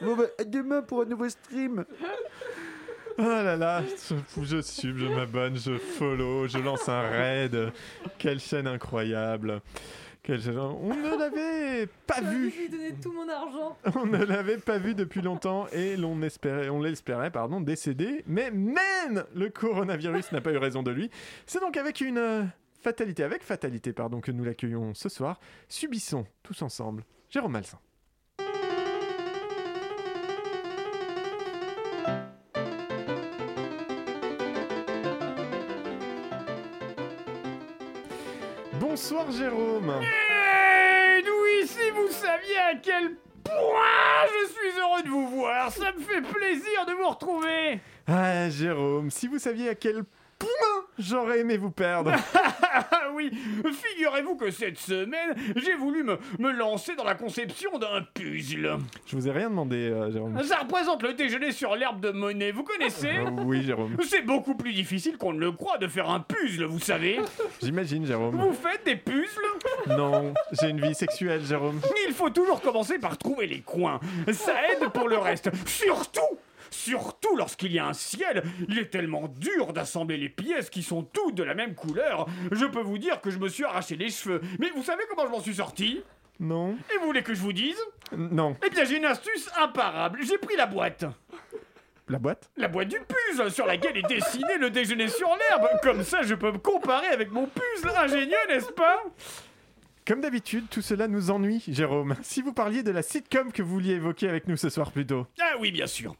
S4: Bon bah, à demain pour un nouveau stream.
S10: Ah là là, je, je sub, je m'abonne, je follow, je lance un raid. Quelle chaîne incroyable. Quelle chaîne... On ne l'avait pas
S19: J'ai envie
S10: vu.
S19: de lui donner tout mon argent.
S10: On ne l'avait pas vu depuis longtemps et l'on espérait, on l'espérait, pardon, décédé. Mais même le coronavirus n'a pas eu raison de lui. C'est donc avec une euh, fatalité, avec fatalité, pardon, que nous l'accueillons ce soir. Subissons tous ensemble Jérôme Malsain. Bonsoir Jérôme.
S12: Et nous ici, Eh, vous saviez à quel point je suis heureux de vous voir. Ça me fait plaisir de vous retrouver.
S10: Ah Jérôme, si vous saviez à quel point j'aurais aimé vous perdre.
S12: Ah oui, figurez-vous que cette semaine, j'ai voulu me, me lancer dans la conception d'un puzzle.
S10: Je vous ai rien demandé euh, Jérôme.
S12: Ça représente le déjeuner sur l'herbe de Monet, vous connaissez
S10: Ah oui Jérôme.
S12: C'est beaucoup plus difficile qu'on ne le croit de faire un puzzle, vous savez.
S10: J'imagine Jérôme.
S12: Vous faites des puzzles
S10: Non, j'ai une vie sexuelle Jérôme.
S12: Il faut toujours commencer par trouver les coins. Ça aide pour le reste. Surtout Surtout lorsqu'il y a un ciel, il est tellement dur d'assembler les pièces qui sont toutes de la même couleur. Je peux vous dire que je me suis arraché les cheveux. Mais vous savez comment je m'en suis sorti
S10: Non.
S12: Et vous voulez que je vous dise
S10: Non.
S12: Eh bien j'ai une astuce imparable. J'ai pris la boîte.
S10: La boîte
S12: La boîte du puzzle sur laquelle est dessiné le déjeuner sur l'herbe. Comme ça, je peux me comparer avec mon puzzle ingénieux, n'est-ce pas
S10: Comme d'habitude, tout cela nous ennuie, Jérôme. Si vous parliez de la sitcom que vous vouliez évoquer avec nous ce soir plus tôt.
S12: Ah oui, bien sûr.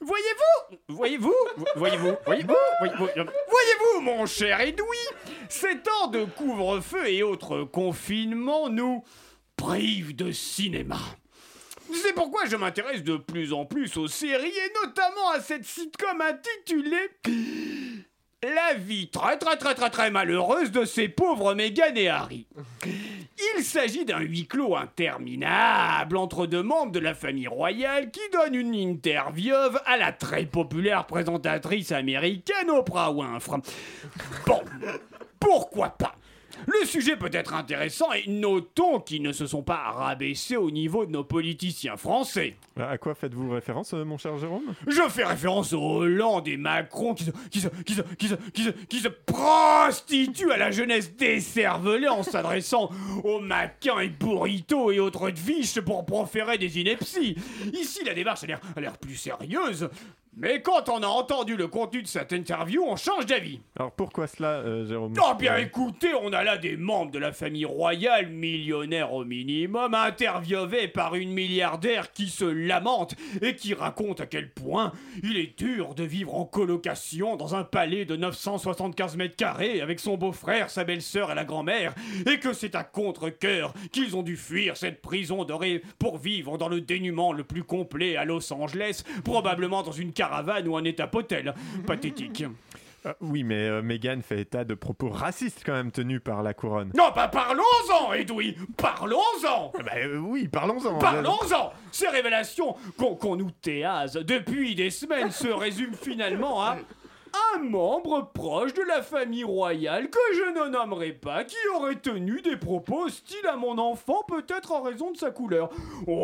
S12: Voyez-vous Voyez-vous Vo- Voyez-vous Voyez-vous Voyez-vous Voyez-vous, mon cher Edoui Ces temps de couvre-feu et autres confinements nous privent de cinéma. C'est pourquoi je m'intéresse de plus en plus aux séries et notamment à cette sitcom intitulée La vie très très très très très malheureuse de ces pauvres Megan et Harry. Il s'agit d'un huis clos interminable entre deux membres de la famille royale qui donne une interview à la très populaire présentatrice américaine Oprah Winfrey. Bon, pourquoi pas le sujet peut être intéressant et notons qu'ils ne se sont pas rabaissés au niveau de nos politiciens français.
S10: Ah, À quoi faites-vous référence, euh, mon cher Jérôme
S12: Je fais référence aux Hollande et Macron qui se, qui se, qui se, qui se, qui se, qui se prostituent à la jeunesse décervelée en s'adressant aux maquins et burritos et autres viches pour proférer des inepties. Ici, la démarche a l'air- a l'air plus sérieuse. Mais quand on a entendu le contenu de cette interview, on change d'avis.
S10: Alors pourquoi cela, euh, Jérôme
S12: Oh bien écoutez, on a là des membres de la famille royale, millionnaires au minimum, interviewés par une milliardaire qui se lamente et qui raconte à quel point il est dur de vivre en colocation dans un palais de 975 mètres carrés avec son beau-frère, sa belle-sœur et la grand-mère, et que c'est à contre-cœur qu'ils ont dû fuir cette prison dorée pour vivre dans le dénuement le plus complet à Los Angeles, probablement dans une caravane ou un étapotel. Pathétique.
S10: Euh, oui, mais euh, Meghan fait état de propos racistes quand même tenus par la couronne.
S12: Non, bah parlons-en, Edoui Parlons-en
S10: Bah euh, oui, parlons-en.
S12: Parlons-en Ces révélations qu'on qu'on nous théase depuis des semaines se résument finalement à un membre proche de la famille royale que je ne nommerai pas qui aurait tenu des propos style à mon enfant peut-être en raison de sa couleur.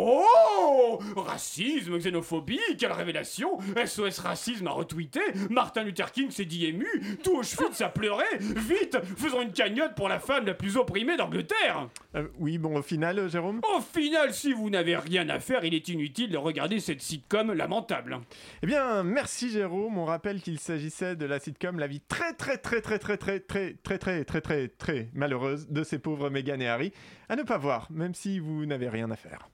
S12: Oh Racisme, xénophobie, quelle révélation SOS Racisme a retweeté, Martin Luther King s'est dit ému, tout Auschwitz a pleuré, vite, faisons une cagnotte pour la femme la plus opprimée d'Angleterre
S10: Euh, oui, bon, au final, euh, Jérôme
S12: au final, si vous n'avez rien à faire, il est inutile de regarder cette sitcom lamentable.
S10: Eh bien, merci Jérôme. On rappelle qu'il s'agissait de la sitcom La vie très très très très très très très très très très très très malheureuse de ces pauvres Meghan et Harry à ne pas voir, même si vous n'avez rien à faire.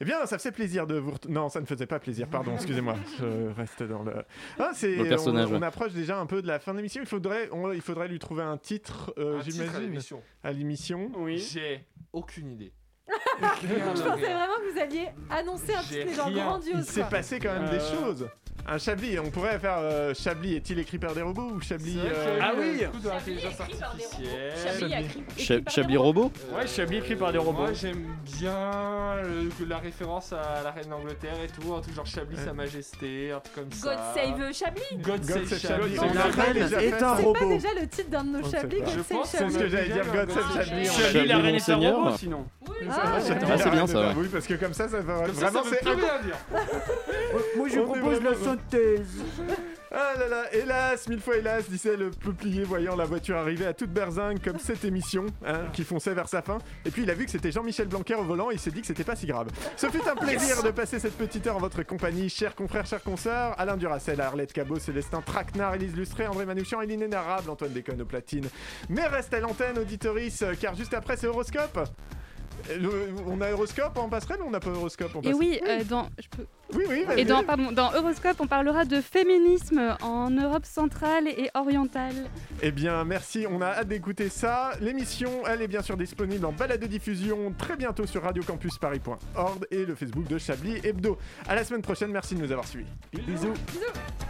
S10: Eh bien, ça faisait plaisir de vous. ret- Non, ça ne faisait pas plaisir. Pardon, excusez-moi. Je reste dans le. Ah, c'est.
S11: Dans le personnage,
S10: On, on
S11: ouais.
S10: approche déjà un peu de la fin de l'émission. Il faudrait, on- il faudrait lui trouver un titre, euh,
S1: Un titre à
S10: j'imagine,
S1: l'émission.
S10: à l'émission.
S1: J'ai aucune idée.
S16: Je pensais vraiment que vous alliez annoncer un
S1: J'ai
S16: petit genre
S1: rien.
S16: grandiose.
S10: Il s'est
S16: quoi.
S10: passé quand même des choses. Un Chablis, on pourrait faire euh, Chablis est-il écrit par des robots ou Chablis. euh,
S11: Cha- Chablis Robot
S12: Ouais, Chablis écrit par des robots.
S1: Moi j'aime bien le- que la référence à la reine d'Angleterre et tout, un truc genre Chablis sa majesté, un truc comme ça.
S3: God save Chablis
S1: God save Chablis.
S10: On
S1: La
S10: l'a
S1: reine
S10: fait,
S1: est
S10: on
S1: un
S10: l'a fait.
S16: C'est pas déjà le titre d'un de nos
S10: On
S16: Chablis,
S10: sait pas.
S16: God
S10: Je
S16: Save
S10: pense que c'est ce que
S16: Chablis.
S10: j'allais dire, God
S2: euh,
S10: save Chablis.
S12: Chablis, la reine est un
S11: Monseigneur.
S12: robot, sinon.
S16: Ah,
S10: J'aime
S11: Ah,
S10: bien
S11: c'est
S10: la
S11: bien,
S10: reine
S11: ça,
S10: des
S11: ouais.
S10: babouilles, parce que comme ça, ça va
S1: Comme ça,
S10: vraiment.
S1: ça veut
S10: c'est
S1: plus rien dire.
S17: Moi, je
S10: On est
S17: propose la
S10: vraiment-
S17: synthèse.
S10: Ah là là, hélas, mille fois hélas, disait le peuplier voyant la voiture arriver à toute berzingue comme cette émission, hein, qui fonçait vers sa fin. Et puis il a vu que c'était Jean-Michel Blanquer au volant, il s'est dit que c'était pas si grave. Ce fut un plaisir de passer cette petite heure en votre compagnie, chers confrères, chers consoeurs, Alain Duracel, Arlette Cabot, Célestin Traquenard, Élise Lustré, André Manouchian et l'inénarrable Antoine Déconne aux platines. Mais reste à l'antenne, auditoris, car juste après c'est horoscope. euh, Le- on a Euroscope en passerelle ou on n'a pas Euroscope en
S3: Et
S10: passerelle
S3: oui, euh, dans, je peux-
S10: Oui, oui, vas-y.
S3: et dans, pardon, dans Euroscope, on parlera de féminisme en Europe centrale et orientale.
S10: Eh bien, merci, on a hâte d'écouter ça. L'émission, elle est bien sûr disponible en balade de diffusion très bientôt sur radiocampusparis.org et le Facebook de Chablis Hebdo. À la semaine prochaine, merci de nous avoir suivis. Bisous.
S3: Bisous.